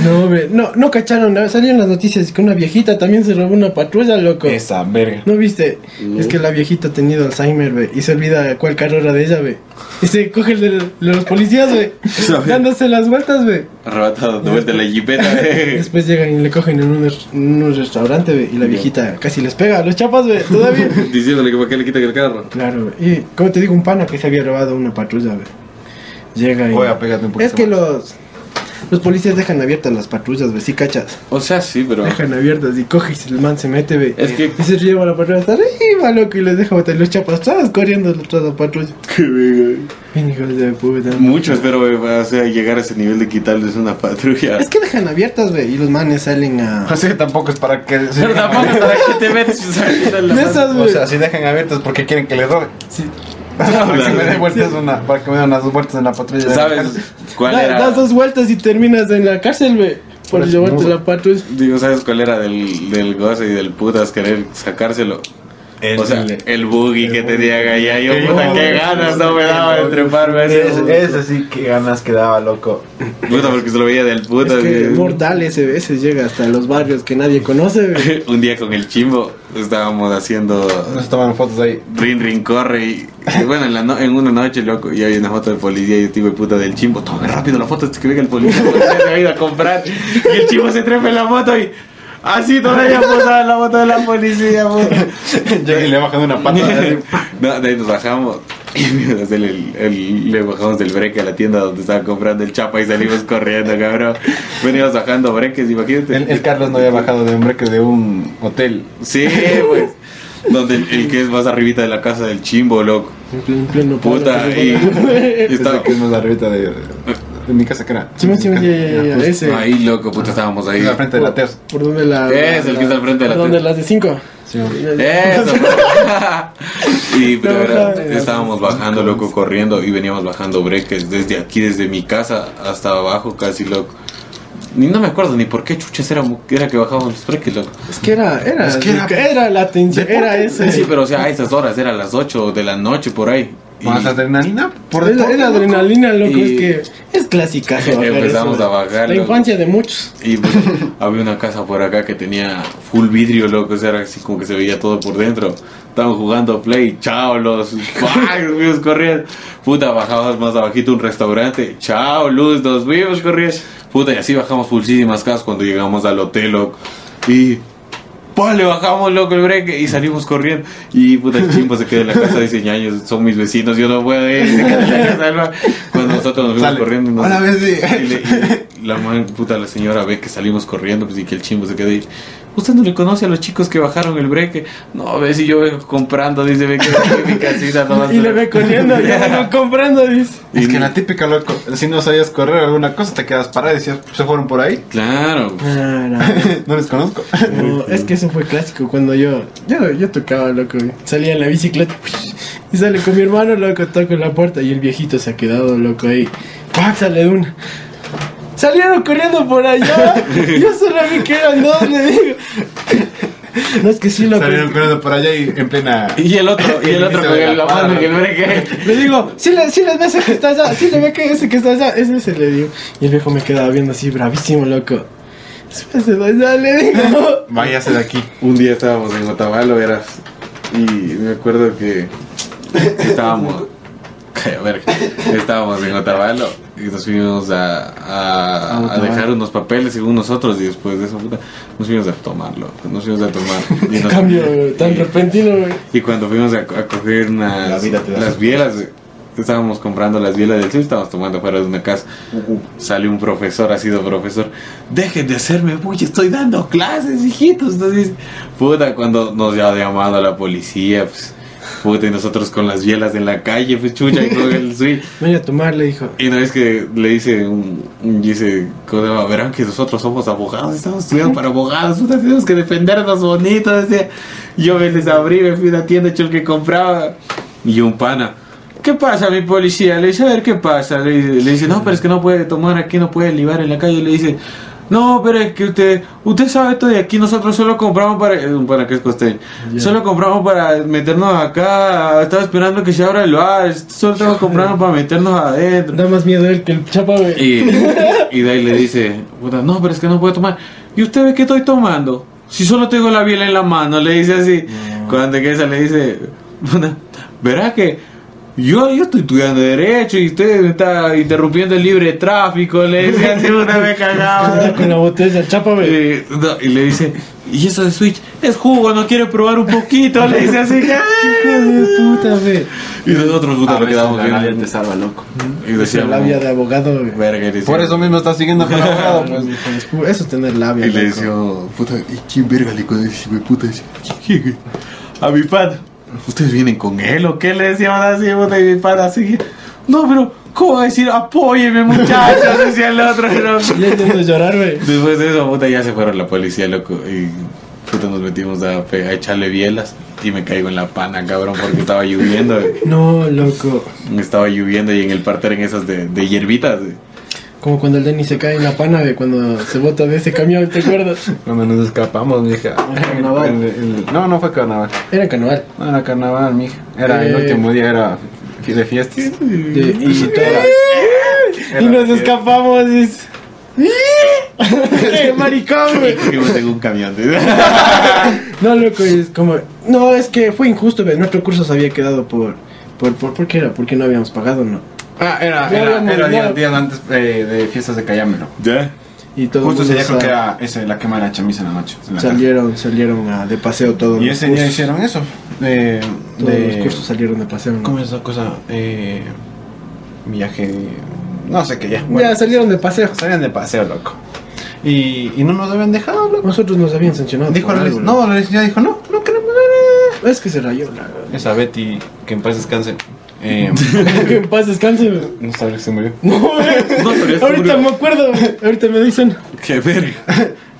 C: No, ve, no, no cacharon. ¿no? Salieron las noticias que una viejita también se robó una patrulla, loco.
B: Esa verga.
C: ¿No viste? Es que la viejita ha tenido Alzheimer, ve, y se olvida cuál carro era de ella, ve. Y se coge el de l- los policías, ve, dándose las vueltas, ve.
A: Arrebatado de vuelta la jipeta. eh.
C: Después llegan y le cogen en un, res- en un restaurante, ve, y la viejita casi les pega a los chapas, ve, todavía.
A: Diciéndole que para qué le quitan el carro.
C: Claro, ve. y como te digo, un pana que se había robado una patrulla, ve. Llega y...
B: Voy a pegarte un poquito.
C: es que
B: más.
C: los... Los policías dejan abiertas las patrullas, ve, si cachas.
A: O sea, sí, pero.
C: Dejan abiertas y coge y el man se mete, ve.
A: Es que-
C: Y se lleva la patrulla hasta arriba, loco, y les deja botar los chapas todas corriendo atrás de la patrulla. Bien, hijos de puta.
A: Mucho espero eh, o sea, llegar a ese nivel de quitarles una patrulla.
C: Es que dejan abiertas, güey, y los manes salen a...
B: Así que tampoco es para que.
A: Pero tampoco para qué te metes. O sea, quitan la
C: De esas,
B: O
C: güey.
B: sea, si dejan abiertas porque quieren que les robe.
C: Sí.
A: Ah,
B: para que me dé vueltas una, para que me dé unas vueltas en la patrulla. de
A: ¿Sabes
B: la
A: cuál
C: Da-
A: era?
C: Das dos vueltas y terminas en la cárcel, güey, por
B: Por
C: llevarte
B: desnudo.
C: la patrulla.
A: Digo, ¿sabes cuál era del, del goce y del putas querer sacárselo?
B: El-
A: o sea, el buggy que tenía Gaya. Yo,
B: Que
A: puta,
B: yo-
A: qué ganas no me daba de treparme a ese buggy.
B: Ese, ese sí que ganas que daba, loco.
A: Puta, porque se lo veía del puta.
C: Es que
A: así.
C: el mortal ese veces llega hasta los barrios que nadie conoce, güey.
A: Un día con el chimbo estábamos haciendo
B: Nos tomaron fotos ahí.
A: rin rin corre y y bueno en, la no- en una noche loco y hay una foto del policía y yo digo puta del chimbo tome rápido la foto antes que venga el policía porque se ha ido a comprar y el chimbo se trepa en la moto y así todavía posada en la moto de la policía puta.
B: Llega y le bajan una pata. así.
A: no, de ahí nos bajamos y mientras el- el- el- le bajamos del breque a la tienda donde estaba comprando el chapa y salimos corriendo cabrón veníamos bajando breques imagínate
B: El, el Carlos no había bajado de un breque de un hotel.
A: Sí, pues. Donde el, el que es más arribita de la casa del chimbo, loco.
C: En plen- en pleno
A: Puta,
C: pueblo.
A: y
B: Estaba
A: estaba
B: que es más arribita de, de mi casa que era.
C: Sí, sí, sí, ya, ya, ya, ese.
A: ahí, loco, puta, estábamos ahí.
B: Es la frente de la TERS.
C: Por donde la...
A: Es el que está al frente de la
C: Donde
A: tele.
C: las de cinco.
A: Eso. y pero
C: No,
A: era-
C: no, no.
A: estábamos bajando, loco, corriendo y veníamos bajando breques desde aquí, desde mi casa hasta abajo, casi loco. Ni no me acuerdo ni por qué chuches era, mu- era que bajábamos los breques, loco.
C: Es que era... Era,
B: Es que era-
C: era la atención, era ese.
A: Sí, pero o sea, a esas horas, eran las 8 de la noche por ahí. Y-
B: ¿Más adrenalina? Por
C: es, la-
B: deporte,
C: es la
B: loco.
C: adrenalina, loco,
A: Y-
C: es que es clásica.
A: Empezamos a bajar,
C: La
A: loco.
C: infancia de muchos.
A: Y pues, había una casa por acá que tenía full vidrio, loco, o sea, era así como que se veía todo por dentro. Estaban jugando play, chao, los ¡Fuck! vimos corriendo. Puta, bajabas más abajito un restaurante, chao, luz, nos vimos corriendo. Puta, y así bajamos muchísimas casas cuando llegamos al hotel, loco. Y pa, le bajamos loco el break y salimos corriendo. Y puta, el chimbo se queda en la casa, dice ñaños, son mis vecinos, yo no puedo ir. se queda en la casa del man. Cuando nosotros nos fuimos
B: Sale.
A: corriendo, nos-
B: Hola, Bessie.
A: y le- y la man- puta, la señora ve que salimos corriendo pues, y que el chimbo se queda ahí. Usted no le conoce a los chicos que bajaron el break. No, ve si yo vengo comprando, dice, ve que mi casita nomás-
C: Y le ve corriendo, y no comprando, dice.
B: Es que la típica, loco, si no sabías correr alguna cosa, te quedas parado y decías, se fueron por ahí,
A: Claro.
C: Claro.
B: no les conozco.
C: No, es que eso fue clásico cuando yo, yo, yo tocaba, loco. Salía en la bicicleta y sale con mi hermano, loco, toco la puerta y el viejito se ha quedado, loco, ahí. ¡Pac! Sale de una. Salieron corriendo por allá. Yo solo vi que eran dos, le digo. No es que sí, loco.
B: Salieron corriendo por allá y en plena.
A: Y el otro, y el otro
B: Se
A: con
B: ve
A: la
B: la
A: mano
B: mano.
A: que el break.
C: Le digo, sí, le, sí les ves ese que está allá, sí le ve que ese que está allá, es ese, le digo. Y el viejo me quedaba viendo así, bravísimo, loco. Ese va allá, le digo.
B: Váyase de aquí.
A: Un día estábamos en Otavalo, verás. Y me acuerdo que estábamos. Calla, verga. Estábamos en Otavalo y nos fuimos a, a- a
C: Otavalo.
A: dejar unos papeles según nosotros. Y después de eso, puta, nos fuimos a tomarlo. Nos fuimos a tomar. Y
C: Qué
A: nos-
C: cambio tan
A: y-
C: repentino, güey.
A: y cuando fuimos a, a coger unas,
B: La vida te da
A: las
B: sus-
A: bielas, estábamos comprando las bielas del sur, estábamos tomando fuera de una casa. Sale un profesor, ha sido profesor. Dejen de hacerme bulla, estoy dando clases, hijitos. Entonces, puta, cuando nos ha llamado a la policía, pues, puta, y nosotros con las bielas en la calle, pues chucha, y con el switch.
C: Voy a tomarle, dijo.
A: Y una vez que le dice, un- un- dice, ¿cómo se llama? verán que nosotros somos abogados, estamos estudiando para abogados, puta, tenemos que defendernos bonito, decía. Yo me les abrí, me fui a una tienda, hecho el que compraba. Y un pana, ¿qué pasa mi policía? Le dice, a ver, ¿qué pasa? Le, dice- le dice, no, pero es que no puede tomar aquí, no puede libar en la calle. Le dice, no, pero es que usted, usted sabe esto de aquí, nosotros solo compramos para, eh, un pana que es costeño, solo compramos para meternos acá, estaba esperando que se abra el bar, solo estamos comprando para meternos adentro.
C: Da más miedo él que el chapa, güey.
A: Y, y de ahí le dice, puta, no, pero es que no puedo tomar. ¿Y usted ve que estoy tomando? Si solo tengo la biela en la mano, le dice así.
B: Mm.
A: Cuando que esa le dice, puta, verá que yo, yo estoy estudiando derecho y usted me está interrumpiendo el libre tráfico, le dice así, puta, me
C: Anda
A: cagaba.
C: con la botella, chapa, güey.
A: Eh, no, y le dice, ¿y eso de Switch? Es jugo, no quiere probar un poquito, le dice así. "Ah,
C: Hijo de puta, güey.
A: Y nosotros, puta,
B: A
A: nos
B: veces
A: quedamos
B: Ah, la labia
A: viendo.
B: te salva, loco.
A: Y
C: Esa
A: decíamos,
C: labia de abogado, güey.
A: verga, y decíamos,
B: Por eso mismo estás siguiendo con abogado, pues.
C: Hijo de pu- Eso es tener labia.
A: Y le
C: loco.
A: decía, puta, ¿y quién verga le conoce ese hijo de puta? Dice, "¿Quién, güey?". A mi pan. ¿Ustedes vienen con él o qué? Le decíamos así, puta, y mi pan así. No, pero, ¿cómo va a decir? Apóyeme, muchachos, decía el otro. ¿no?
C: Le entiendo llorar, güey.
A: Después de eso, puta, ya se fueron la policía, loco. Y puta, nos metimos a, pe- a echarle bielas. Y me caigo en la pana, cabrón, porque estaba lloviendo. güey.
C: No, loco.
A: Estaba lloviendo y en el parter en esas de, de hierbitas. güey.
C: Como cuando el Denny se cae en la pana, güey, cuando se bota de ese camión, ¿te acuerdas?
B: Cuando nos escapamos, mija.
C: Ah,
D: Carnaval.
B: El- el- no, no fue carnaval.
C: Era carnaval.
B: No era carnaval, mija. Era el
C: Eh.
B: último día, era fi- de fiestas.
C: De- y,
B: Era-
C: y nos
B: era- ¿Eh?
C: escapamos. Y... es- ¡Qué maricón, güey!
A: Y me tengo un camión. güey.
C: No, loco, es como. No, es que fue injusto, ¿ves? Nuestro curso se había quedado por. ¿Por, por, por qué era? Porque no habíamos pagado, ¿no?
B: Ah, era,
C: Ya
B: era,
C: habíamos
B: era
C: olvidado.
B: días, días antes eh, de fiestas de Cayamelo.
A: ¿Ya?
C: Y todo el
B: Justo ese
C: mundo
B: día creo
C: sa-
B: que era ese, la quema de la chamisa en la noche. en la tarde.
C: salieron, salieron ah, de paseo todos
B: Y
C: los
B: ese día
C: cursos.
B: hicieron eso. De,
C: Pues, Todos
B: de-
C: los cursos salieron de paseo, ¿no?
B: ¿Cómo es esa cosa? Eh, viaje. No sé qué ya.
C: ya salieron de paseo.
B: Salían de paseo, loco. Y, y no nos habían dejado, loco.
C: Nosotros nos habían sancionado.
B: Dijo
C: por
B: la
C: algo,
B: lic- No, la licenciada dijo, no, no queremos.
C: loco. Es que se rayó, la
B: Esa Betty, que en paz descanse. Eh,
C: Que en paz descanse, güey.
B: no sabe que se murió.
C: No, güey.
A: No, pero es
C: Ahorita
A: duro.
C: me acuerdo, güey. Ahorita me dicen.
A: Qué verga.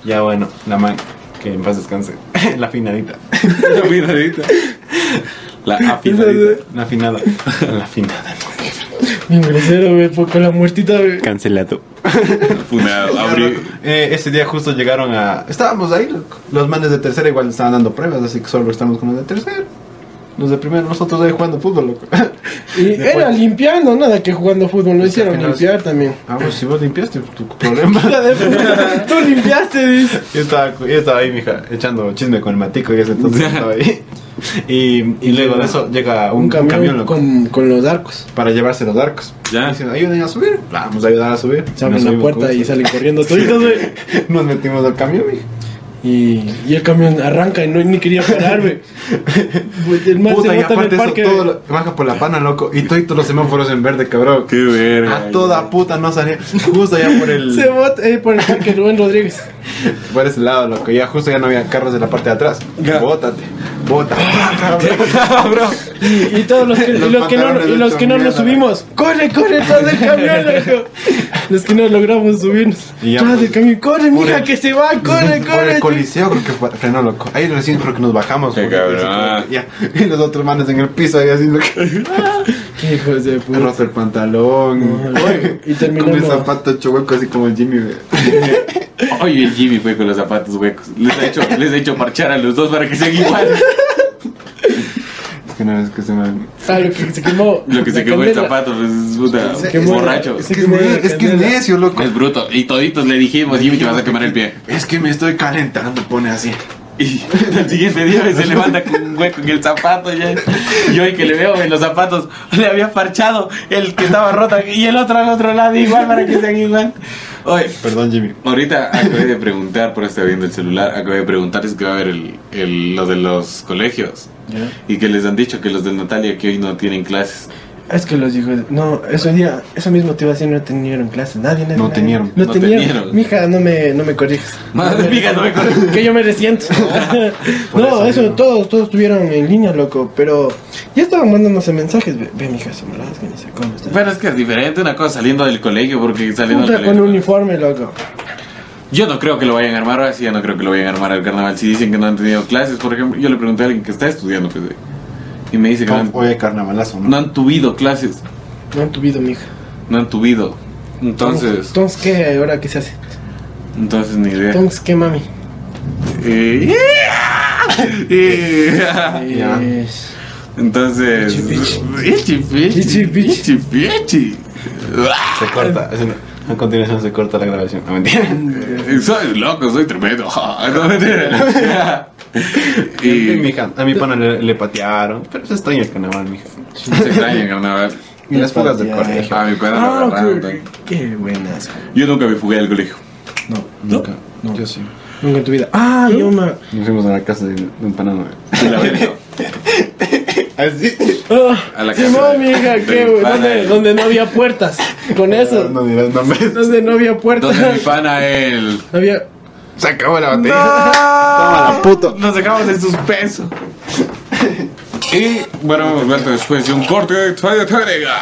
B: Ya bueno, la man, que en paz descanse. la finadita.
A: La afinadita. La afinadita.
C: afinadita.
B: La afinada. La afinada.
C: Bien grosero, güey. por- Con la muertita, güey.
B: Cancelado.
A: Funado. Abrí.
B: Eh, ese día justo llegaron a. Estábamos ahí, loco. Los manes de tercera igual estaban dando pruebas, así que solo estamos con los de tercera. Los de primero, nosotros ahí jugando fútbol, loco.
C: Y era limpiando, nada que jugando fútbol. Lo
B: al
C: hicieron
B: final-
C: limpiar también.
B: Ah, pues si vos limpiaste, tu problema.
C: Hija de puta, Tú limpiaste, dice.
B: Yo estaba, yo estaba ahí, mija, echando chisme con el matico y ese entonces estaba ahí. Y, y luego de eso llega un,
C: un camión,
B: loco,
C: con, con los arcos.
B: para llevarse los arcos.
A: Ya.
B: Dicen, ayuden a subir. Vamos a ayudar a subir.
C: Se abren
B: Nos
C: la
B: subimos
C: puerta
B: con-
C: y salen corriendo toditos, güey.
B: Nos metimos al camión, mija.
C: Y, y el camión arranca y no, ni quería parar, güey. Pues El man
B: Puta,
C: se
B: y
C: bota en
B: aparte
C: el
B: eso,
C: parque.
B: todo lo- baja por la pana, loco. Y todo, y todos los semáforos en verde, cabrón.
A: Qué verga.
B: A toda puta no salía. Justo ya por
C: Se
B: el.
C: bota eh, por el parque Rubén Rodríguez.
B: Por ese lado, loco. Ya justo ya no había carros de la parte de atrás.
A: Ya.
B: Bótate. Bota. cabrón.
A: Bro.
C: Y, y todos los que, y
B: Los
C: los que no,
B: pantalones
C: y los
B: hechos
C: que no nos
B: mierda.
C: subimos. ¡Corre, corre! ¡Tras del camión, loco! Los que no logramos subirnos.
B: Y ya,
C: ¡Tras
B: pues,
C: del camión! ¡Corre,
B: por
C: mija,
B: el-
C: que se va! ¡Corre,
B: Por el
C: corre!
B: coliseo creo que fue- frenó, loco. Ahí recién creo que nos bajamos.
A: Qué
B: porque-
A: cabrón.
B: Ya. Y los otros manes en el piso ahí haciendo que.
C: ¡Qué hijos de
B: Me
C: puta!
B: roto el pantalón.
C: No, güey.
B: Con
C: Y
B: el
C: terminamos-
B: zapato hecho hueco así como el Jimmy. güey.
A: Oye, el Jimmy fue con los zapatos huecos. Les ha hecho, les ha hecho parchar a los dos para que sean iguales.
B: Es que no es que se me.
C: Ah, lo que se quemó.
A: Lo que se
C: La
A: quemó el
C: candela.
A: zapato, pues es puta,
B: Se-
A: es borracho.
B: Es que es, ne- es que es necio, loco.
A: Es bruto. Y toditos le dijimos, Jimmy, te vas a quemar el pie.
B: Es que me estoy calentando, pone así.
A: Y el siguiente día se levanta con un hueco en el zapato. Ya. Y hoy que le veo en los zapatos, le había parchado el que estaba roto aquí y el otro al otro lado, igual para que sean igual. Oye,
B: Perdón, Jimmy.
A: ahorita acabé de preguntar, por estar viendo el celular, acabé de preguntar es que va a haber el, el- lo de los colegios. Y que les han dicho que los del Natalia que hoy no tienen clases.
C: Es que los hijos. No, ese día, esa misma te iba a decir, no tenieron clase. Nadie, nadie.
B: No
C: nadie.
B: tenieron.
C: No,
A: No
C: tenieron.
A: tenieron.
C: Mija, no me, no me corrijas.
A: Madre mía, no me acuerdo.
C: Que yo me resiento.
B: Por
C: no,
B: eso
C: eso,
B: digo.
C: todos, todos estuvieron en línea, loco. Pero ya estaban mandándose mensajes. Ve, ve mija, sombradas, que ni sé cómo están.
A: Pero es que es diferente una cosa saliendo del colegio, porque saliendo
C: Puta,
A: del
C: con
A: colegio.
C: uniforme, loco.
A: Yo no creo que lo vayan a armar, ahora sí, ya no creo que lo vayan a armar al carnaval. Si dicen que no han tenido clases, por ejemplo, yo le pregunté a alguien que está estudiando, pues, eh, y me dice que no han,
B: Oye, carnavalazo, ¿no?
A: no han tuvido clases,
C: No han tuvido, mija.
A: no han tuvido. Entonces,
C: Entonces, ¿qué? ¿Ahora qué se hace?
A: entonces ni idea.
C: Entonces, ¿qué, mami?
A: Eh, eh,
B: Ya.
C: Eh,
A: Entonces, pichi, pichi,
C: Pichi,
A: pichi,
C: pichi.
A: pichi. Ah,
B: Se corta. es una- a continuación se corta la grabación. No mentira.
A: Eh, Soy loco, soy tremendo. No mentira.
B: Y
A: Y
B: mija, a mi pana le, le patearon. Pero eso extraña el carnaval, mija.
A: se extraña el carnaval.
B: Y las fugas del
C: Patearon.
B: colegio.
A: A mi padre lo
C: ah,
A: agarraron
C: qué,
A: también.
C: qué buenas.
A: Yo nunca me fugué del colegio.
C: No,
B: Nunca. Yo sí.
C: nunca en tu vida. Ah, yo, ma.
B: Nos fuimos a la casa de, de un panano.
A: De la verga.
B: Así.
C: Ah,
A: A la casa
C: Simón,
A: de-
C: mija,
A: de
C: qué
A: mi
C: güey.
A: pana,
C: ¿Dónde,
A: el-
C: dónde no había puertas. Con eso.
B: Ah, No dirás nombres.
C: Donde no había puertas.
A: Donde mi pana el.
C: No había.
B: Se acabó la batería.
A: Toma
B: la puto.
A: Nos dejamos en suspenso. Y bueno, hemos vuelto después de un corte de Toya Tarega.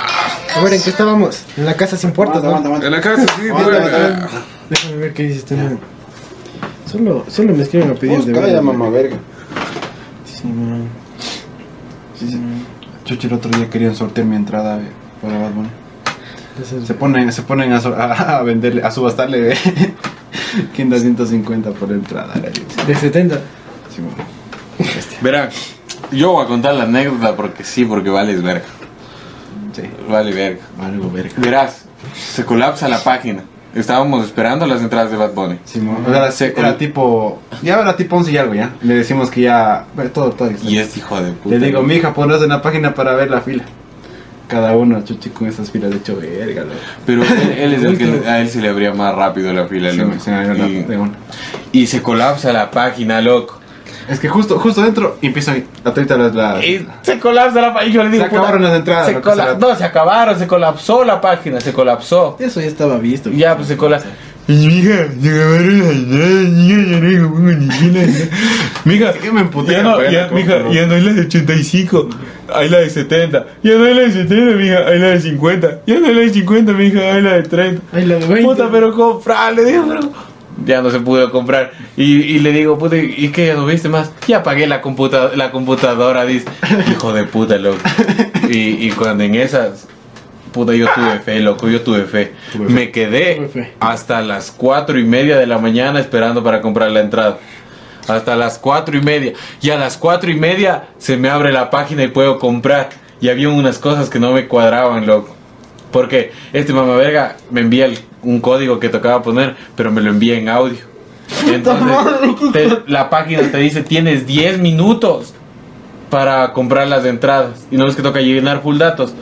C: A ver, ¿en qué estábamos? En la casa sin puertas, ¿no?
A: En la casa, sí,
B: Aguanta, aguanta.
A: duerme.
C: Déjame ver qué dice este man. Solo, solo me escriben a pedir de
B: Busca
C: ver.
B: ya, mamá verga.
C: Simón. Simón.
B: Chuchi, el otro día querían sortear mi entrada ve, para Bad Bunny.
C: Entonces,
B: Se ponen, se ponen a, so- a- a venderle, a subastarle, eh, ve. 550 por entrada, ve.
C: De 70.
B: Sí, bueno.
A: Verá, yo voy a contar la anécdota porque sí, porque vale es verga.
B: Sí,
A: Vale verga.
B: algo verga.
A: Verás, se colapsa la página. Estábamos esperando las entradas de Bad Bunny.
B: Simón, o sea, era,
A: Se-
B: era tipo. Ya era tipo 11 y algo ya. Le decimos que ya. Bueno, todo, todo.
A: Y este hijo de puta.
B: Le digo, mija, ponnos en la página para ver la fila. Cada uno, chuchi, con esas filas de hecho verga, loco.
A: Pero él, él es el que a él se le abría más rápido la fila.
B: Sí,
A: loco.
B: me- se me abrió la- de
A: y,
B: una.
A: y se colapsa la página, loco.
B: Es que justo, justo dentro y empiezan a tuitar las. las-
A: Y se colapsa la página. Yo le digo,
B: Se acabaron las entradas,
A: se
B: loco,
A: cola-
B: se la-
A: No, se acabaron, se colapsó la página, se colapsó.
C: Eso ya estaba visto.
A: Ya, pues se colapsó. Mija,
B: Es que me emputé,
A: ya no,
B: bueno,
A: ya,
B: como-
A: mija,
B: como-
A: ya no hay la de 85, hay la de 70. Ya no hay la de 70, mija, hay la de 50. Ya no hay la de 50, mija, hay la de 30.
C: Ay, la de 20.
A: Puta, pero comprar, le digo, pero ya no se pudo comprar. Y, y le digo, puta, ¿y qué? ¿Ya no viste más? Ya pagué la, computa la computadora, dice. Hijo de puta, loco. Y, y cuando en esas, puta, yo tuve fe, loco, yo tuve fe.
B: Tuve fe.
A: Me
C: Tuve
A: quedé
C: fe.
A: hasta las cuatro y media de la mañana esperando para comprar la entrada. Hasta las cuatro y media. Y a las cuatro y media se me abre la página y puedo comprar. Y había unas cosas que no me cuadraban, loco. Porque este mamá verga me envía el- un código que tocaba poner, pero me lo envía en audio. Entonces, te- la página te dice, tienes 10 minutos para comprar las entradas. Y no es que toca llenar full datos.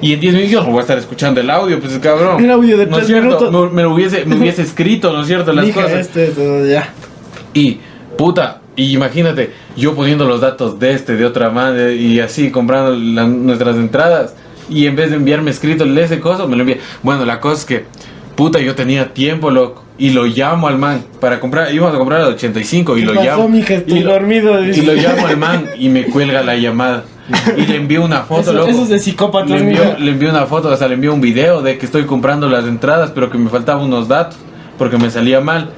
A: Y en 10 minutos yo no voy a estar escuchando el audio, pues cabrón.
C: El audio de
A: ¿No es
C: tres
A: cierto?
C: minutos.
A: Me, me lo hubiese, me hubiese escrito, ¿no es cierto? Las
C: Mija,
A: cosas.
C: este, esto, ya.
A: Y puta, y imagínate, yo poniendo los datos de este, de otra madre, y así comprando la- nuestras entradas, y en vez de enviarme escrito lee ese coso, me lo envía. Bueno, la cosa es que, puta, yo tenía tiempo, loco, y lo llamo al man para comprar, íbamos a comprar al 85 y
C: ¿Qué
A: lo
C: pasó,
A: llamo.
C: mija? Estoy
A: y, lo,
C: dormido.
A: y
C: dice.
A: lo llamo al man y me cuelga la llamada. Y le envío una foto,
C: Eso,
A: loco.
C: eso es de psicópata.
A: Le envió, le envió una foto, o sea, le envió un video de que estoy comprando las entradas, pero que me faltaban unos datos, porque me salía mal.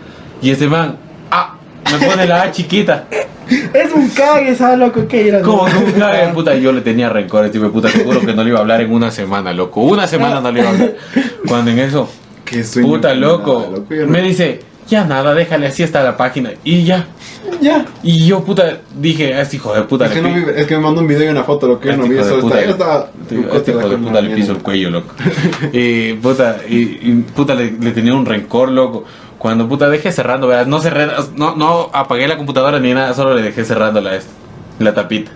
A: Y ese man, ah, me pone la A chiquita.
D: Es un cague, ¿sabes, loco? ¿Qué era?
A: Como que un cague, puta, yo le tenía rencor, tipo de puta, te juro que no le iba a hablar en una semana, loco. Una semana no le iba a hablar. Cuando en eso,
B: Qué sueño.
A: puta,
B: que me
A: loco,
B: daba, Yo no-
A: me dice, ya nada, déjale, así está la página. Y ya.
D: Ya.
A: Y yo, puta, dije, a este hijo de puta,
B: Es que,
A: le
B: no
A: pi-
B: vi- es que me mandó un video y una foto, lo que yo no
A: Este
B: vi.
A: hijo de
B: Eso
A: puta,
B: está. Yo estaba.
A: Este este hijo de puta le piso el cuello, loco. Y puta, y, y, puta le, le tenía un rencor, loco. Cuando puta dejé cerrando, verás, no cerré, no, no apagué la computadora ni nada, solo le dejé cerrándola esta, la tapita.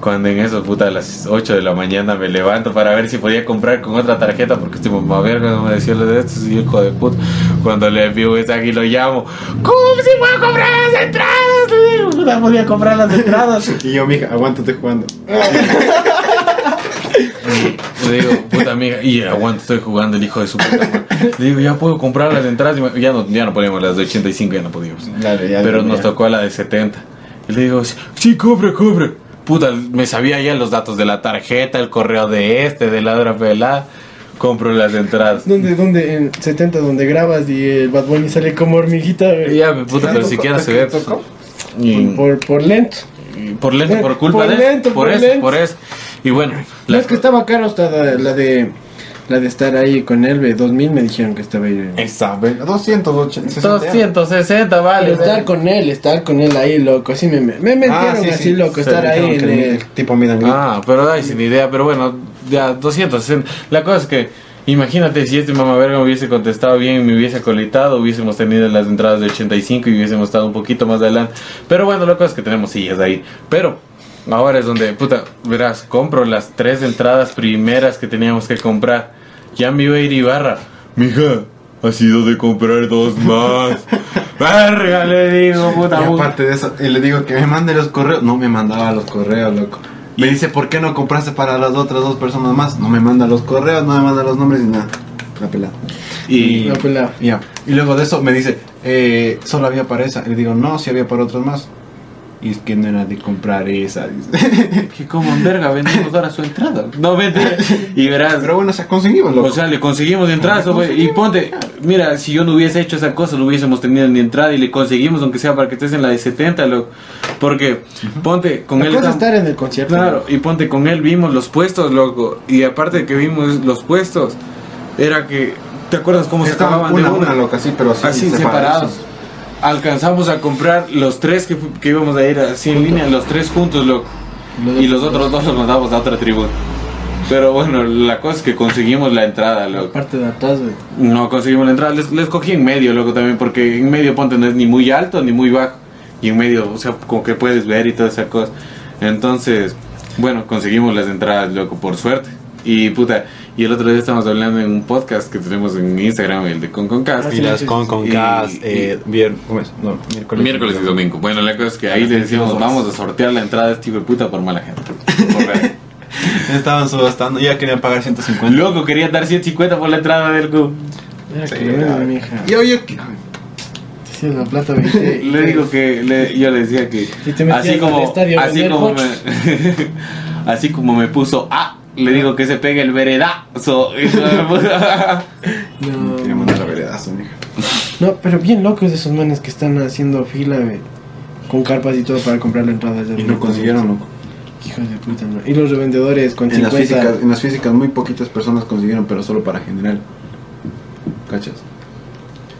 A: Cuando en eso, puta, a las 8 de la mañana me levanto para ver si podía comprar con otra tarjeta, porque estoy mamá verga, no me decía lo de esto, soy hijo de puta. Cuando le envío esa aquí lo llamo, ¿cómo si puedo comprar las entradas? Le digo, puta, podía comprar las entradas.
B: Y yo, mija, aguántate jugando.
A: Le digo, puta amiga, y aguanta, estoy jugando el hijo de su puta madre. Le digo, ya puedo comprar las entradas. y me- Ya no, ya no podíamos, las de 85 ya no podíamos.
B: Dale, ya,
A: Pero
B: ya.
A: nos tocó la de 70. Y le digo, sí, compra, compra. Puta, me sabía ya los datos de la tarjeta, el correo de este, de la otra pelada. Compro las entradas.
C: ¿Dónde, dónde? En 70, donde grabas y el Bad Bunny sale como hormiguita,
A: Y
C: güey.
A: ya, me puta, pero siquiera se ve. pues,
B: ¿Tocó?
A: Y-
C: Por, por lento.
A: y por lento, por culpa
C: Por
A: de
C: lento,
A: por,
C: por
A: eso,
C: lento.
A: por eso. Y bueno,
C: No
A: las-
C: es que estaba caro hasta la, la de la de estar ahí con él, güey. 2000 me dijeron que estaba ahí. güey.
B: Esa, ve- 280.
A: 260, vale.
C: Pero estar con él, estar con él ahí, loco. Así me, me
B: Ah,
C: metieron
B: sí, sí.
C: así, loco.
B: Se
C: estar ahí
B: dijeron
C: en
B: que el-
C: el.
B: el tipo mira en mí.
A: Ah, pero ay, sin idea, pero bueno, ya 260. La cosa es que, imagínate si este mamá verga me hubiese contestado bien, me hubiese colitado, hubiésemos tenido las entradas de 85 y hubiésemos estado un poquito más adelante. Pero bueno, la cosa es que tenemos sillas ahí. Pero ahora es donde, puta, verás, compro las tres entradas primeras que teníamos que comprar. Ya me iba a ir Ibarra. Mija, ha sido de comprar dos más. Verga, le digo, puta.
B: Y
A: puta.
B: aparte de eso, y le digo que me mande los correos. No me mandaba los correos, loco. Me dice, ¿por qué no compraste para las otras dos personas más? No me manda los correos, no me manda los nombres ni nada. La pelada.
A: Y
C: La pelada.
B: Ya. Y luego de eso me dice, eh, solo había para esa. Y le digo, no, sí había para otras más. Y es que no era de comprar esa. dice.
A: Que como en verga vendimos ahora su entrada. No vete. Y verás.
B: Pero bueno, se ha conseguido, loco.
A: O sea, le conseguimos entradas, güey. Y ponte, mira, si yo no hubiese hecho esa cosa, no hubiésemos tenido ni entrada y le conseguimos, aunque sea para que estés en la de 70, loco. Porque, ponte, con
C: La
A: él.
C: cosa es
A: estam-
C: estar en el concierto.
A: Claro, y ponte con él, vimos los puestos, loco. Y aparte de que vimos los puestos, era que. ¿Te acuerdas cómo se
B: Estaban
A: acababan de
B: una,
A: una?
B: una loca, así, pero así,
A: así separados. Alcanzamos a comprar los tres que, fu- que íbamos a ir así en línea, los tres juntos, loco. Y los otros dos los mandamos a otra tribu. Pero bueno, la cosa es que conseguimos la entrada,
C: La
A: loco.
C: parte de atrás, güey.
A: No conseguimos la entrada, les, les cogí en medio, loco, también, porque en medio ponte no es ni muy alto ni muy bajo. Y en medio, o sea, como que puedes ver y toda esa cosa. Entonces, bueno, conseguimos las entradas, loco, por suerte. Y puta, y el otro día estábamos hablando en un podcast que tenemos en Instagram, el de Conconcast.
C: Ah,
A: y
C: sí,
A: la-
B: Las con con
A: Y-
B: gas,
A: y-
B: eh, vier- ¿cómo es? No, miércoles.
A: Miércoles y domingo. Bueno, la cosa es que ahí le decíamos, vamos a sortear la entrada a este hijo de puta por mala gente. Por ver.
B: Estaban subastando, ya querían pagar 150.
A: Loco, quería dar 150 por la entrada del club.
C: Era que
B: Sí,
C: bueno,
B: a ver.
C: mija.
B: Y oye, que-
C: Sí, la plata, güey. Sí.
A: Le digo que, le- yo le decía que,
C: Y te metías
A: así como,
C: al estadio a
A: así
C: vender
A: como
C: hot.
A: me, así como me puso A, le digo que se pegue el veredazo. hijo de puta.
B: Quería
C: No.
B: mandar la veredazo, mija.
C: no, pero bien locos esos manes que están haciendo fila, güey. Con carpas y todo para comprar la entrada. ya,
B: Y
C: güey.
B: no consiguieron, loco.
C: Hijos de puta, no. Y los revendedores con
B: En las,
C: 50.
B: físicas, en las físicas muy poquitas personas consiguieron, pero solo para general. ¿Cachas?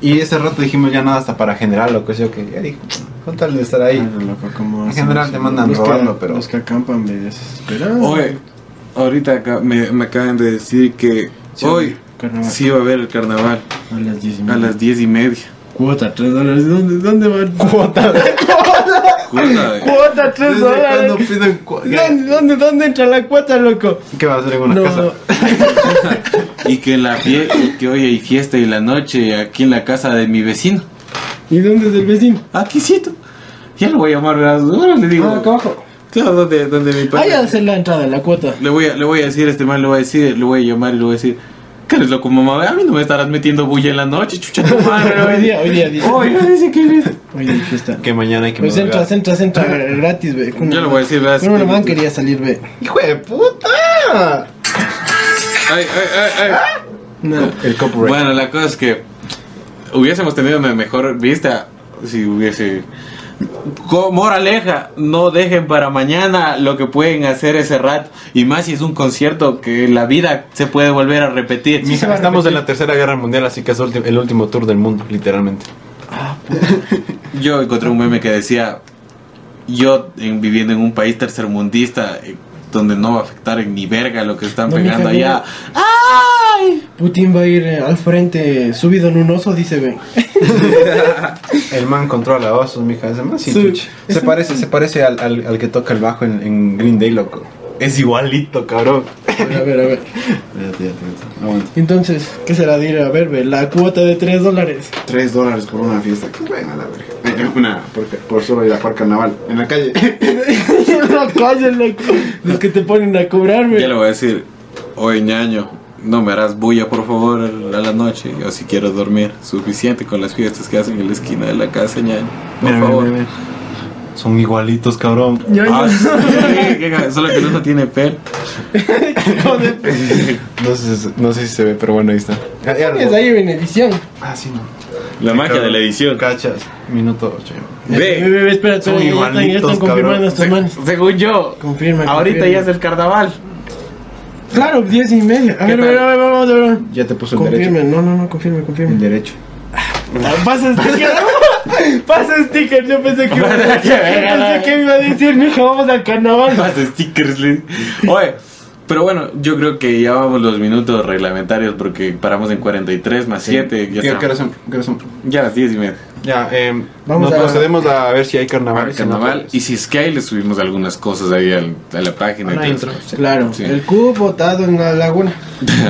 B: Y ese rato dijimos ya nada hasta para general, loco. Yo que ya dije, con tal de estar
A: Ah,
B: ahí.
C: Claro, Ah, loco, como
B: En
C: hacen
B: general
C: los-
B: te mandan
C: los que-
B: robando, pero-
C: Los que acampan, me desesperan.
A: Oye, ahorita acá me, me acaban de decir que
C: Sí,
A: hoy
C: carnaval.
A: sí va a haber el carnaval
C: A las 10 y
A: a
C: media.
A: las 10 y media.
C: Cuota, 3 dólares. ¿Dónde, dónde va? Cuota,
A: Puta, eh.
C: cuota, 3
B: ¿Desde
C: dólares.
B: cuándo piden cu-
C: ¿Dónde, dónde, dónde entra la cuota, loco?
B: ¿Qué va a hacer en una
C: No,
B: casa?
A: Y que, la fie- que hoy hay fiesta y la noche aquí en la casa de mi vecino.
C: ¿y dónde es el vecino?
A: Aquícito. Ya lo voy a llamar, verás. Ahora le digo.
D: Ah, acá abajo.
A: Claro, donde, donde mi
C: Ahí
A: padre.
C: hacer la entrada, la cuota.
A: Le voy, a, le voy a decir a este mal, le voy a decir, le voy a llamar y le voy a decir. ¿Qué eres loco, mamá? A mí no me estarás metiendo bulla en la noche, chucha tu madre. le voy a
C: Hoy
A: decir.
C: día, hoy día, dice.
A: Oh, ya dice que eres.
C: Hoy día fiesta.
B: Que mañana hay que
C: Pues entras, entras, entras gratis, ve.
A: Yo le voy a decir, verás.
C: Pero una man quería salir, ve.
B: ¡Hijo de puta!
A: Ay, ay, ay, ay.
C: No.
B: El copyright.
A: Bueno, la cosa es que hubiésemos tenido una mejor vista si hubiese... Co- Moraleja, no dejen para mañana lo que pueden hacer ese rato. Y más si es un concierto que la vida se puede volver a repetir.
B: Mija, estamos en la tercera guerra mundial, así que es ulti- el último tour del mundo, literalmente.
A: Yo encontré un meme que decía, yo en- viviendo en un país tercermundista eh, donde no va a afectar en ni verga lo que están
C: No,
A: pegando
C: mija, mira.
A: allá. ¡Ay!
C: Putin va a ir eh, al frente subido en un oso, dice, ve.
B: El man controla osos, mija. Ese man sí,
C: Sí.
B: chucha. Se parece, se parece al, al- al que toca el bajo en, en Green Day, loco. Es igualito, cabrón.
C: A ver, a ver, a ver.
B: Espérate, ya te- aguanta.
C: Entonces, ¿qué será de ir a ver, ve? La cuota de 3 dólares.
B: Tres dólares por una fiesta. Qué buena la verga. Eh, Una, por, por solo ir a Parque Carnaval. En la calle.
C: no, cállale. Los que te ponen a cobrar,
A: Ya le
C: ve.
A: voy a decir, oye ñaño, no me harás bulla por favor a la noche. Yo sí quiero dormir. Suficiente con las fiestas que hacen en la esquina de la casa, ñaño. Por
B: Mira, mira,
A: favor.
B: mira, mira. Son igualitos, cabrón.
C: Ya, ya.
A: Ah, sí, qué ca- Solo que no tiene pel.
B: No sé, si- no sé si se ve, pero bueno, ahí está.
C: Es ahí bendición.
B: Ah, sí, no.
A: La magia de la edición.
B: Cachas, minuto 8.
C: Ve, ve,
A: Ve,
C: ve, espera,
B: Son
C: espera, ya están, ya
B: igualitos,
C: están confirmando
B: cabrón.
C: estos manes.
A: según yo,
C: Confirma,
A: ahorita
C: confirma.
A: ya es el carnaval.
C: Claro, 10 y media. A
A: ¿Qué
C: ver, a ver,
A: tal?
C: a ver, vamos a ver. vamos
B: Ya te puso
C: a ver.
B: el derecho.
C: Confirmen, no, no, no, confirmen,
B: El
C: confirmen.
B: derecho.
C: Pasa sticker. Pasa sticker, yo pensé que iba a
A: Qué verga,
C: decir, yo pensé
A: la-
C: que iba a decir, mijo, vamos al carnaval.
A: Más stickers, Liz. Oye, pero bueno, yo creo que ya vamos los minutos reglamentarios porque paramos en 43 más 7. Ya,
B: ¿Qué,
A: está-
B: qué razón? ¿Qué razón?
A: ya las 10 y media.
B: Ya, eh,
C: Vamos
B: Vamos
C: a-
B: nos procedemos a ver si hay carnaval.
A: Para el carnaval. Y si es que ahí le subimos algunas cosas ahí al- a la página.
B: Una
A: entonces-
B: intro.
C: Claro,
A: Sí.
C: el cubo botado en la laguna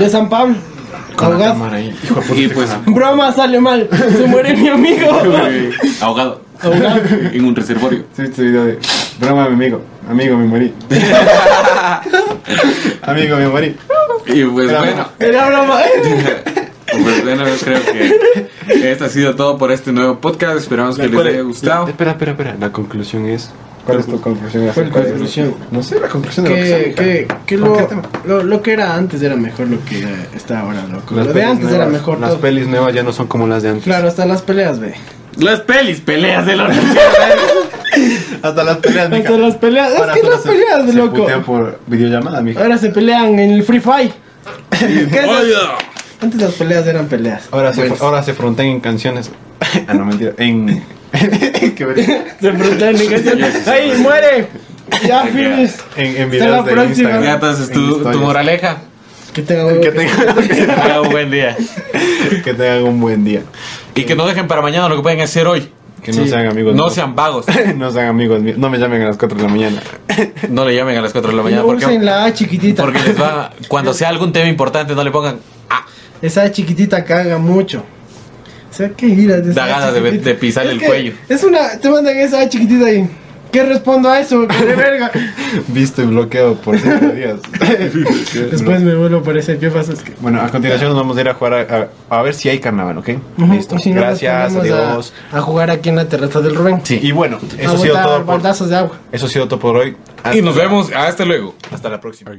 C: de San Pablo.
B: Con la
C: Ahogado.
B: cámara ahí. Hijo de puta,
A: Y
B: qué
A: pues- eh,
B: carnaval.
C: Broma, sale mal. Se muere mi amigo.
A: Ahogado.
C: Ahogado.
A: en un reservorio.
B: Sí, este video de. Broma, mi amigo. Amigo, me morí. amigo, me morí.
A: Y pues
B: Era
A: bueno.
C: Era broma.
A: Pues bueno, yo creo que esto ha sido todo por este nuevo podcast. Esperamos que les
B: ¿Cuál
A: haya
B: es?
A: gustado.
B: Espera, espera, espera. La conclusión es. ¿Cuál es tu conclusión?
C: ¿Cuál conclusión?
B: No sé, la conclusión de lo que sea,
C: Que,
B: hija.
C: que, que
B: ¿Con
C: lo,
B: qué tema?
C: lo, lo que era antes era mejor lo que eh, está ahora, loco.
B: Las
C: lo de
B: pelis
C: antes
B: nuevas-
C: era mejor
B: Las
C: todo.
B: pelis nuevas ya no son como las de antes.
C: Claro, hasta las peleas, ve.
A: Las pelis, peleas de los
B: Hasta las peleas, mija.
C: Hasta las peleas.
B: Ahora
C: es que
B: solo
C: las
B: se-
C: peleas,
B: se
C: loco.
B: putean por videollamada, mija.
C: Ahora se pelean en el Free Fire. ¿Qué es eso?
A: Oiga.
C: Antes las peleas eran peleas.
B: Ahora se,
C: Bueno,
B: ahora se frontean en canciones. ah, no, mentira. En. Qué verga.
C: se enfrentan en canciones. ¡Ay, muere! Ya, finish.
B: en, en
C: Hasta la
B: videos de
C: próxima.
B: Instagram.
A: Ya, entonces
B: en
A: tu, tu
B: historias.
A: moraleja.
C: Que tenga huevo
B: Que
C: que-
B: tengan,
A: Tengan un buen día.
B: que tengan un buen día.
A: Y que no dejen para mañana lo que pueden hacer hoy.
B: Que no sean amigos
A: No
B: míos.
A: sean vagos.
B: no sean amigos míos. No me llamen a las 4 de la mañana.
A: No le llamen a las 4 de la
C: No
A: mañana.
C: usen
A: Porque,
C: la A chiquitita.
A: porque les va. Cuando sea algún tema importante, no le pongan. Ah,
C: Esa chiquitita caga mucho. O sea, ¿qué giras de esa
A: Da ganas de-
C: chiquitita?
A: de pisarle
C: Es
A: el
C: que
A: cuello.
C: Es una. Te mandan esa chiquitita y. ¿Qué respondo a eso? ¡Qué de verga!
B: Visto y bloqueado por 5 días.
C: Después me vuelvo a aparecer. ¿Qué pasa? Es que.
B: Bueno, a continuación nos vamos a ir a jugar a, a- a ver si hay carnaval, ¿ok?
C: Ujú,
B: Listo.
C: y si no, pues, nos
B: Gracias,
C: ponemos a-
B: adiós.
C: A, jugar aquí en la terraza del Rubén.
B: Y bueno,
C: a
B: eso ha sido
C: botar
B: todo por,
C: baldazos de agua.
B: eso ha sido todo por hoy.
A: y nos vemos. Hasta luego.
B: Hasta la próxima.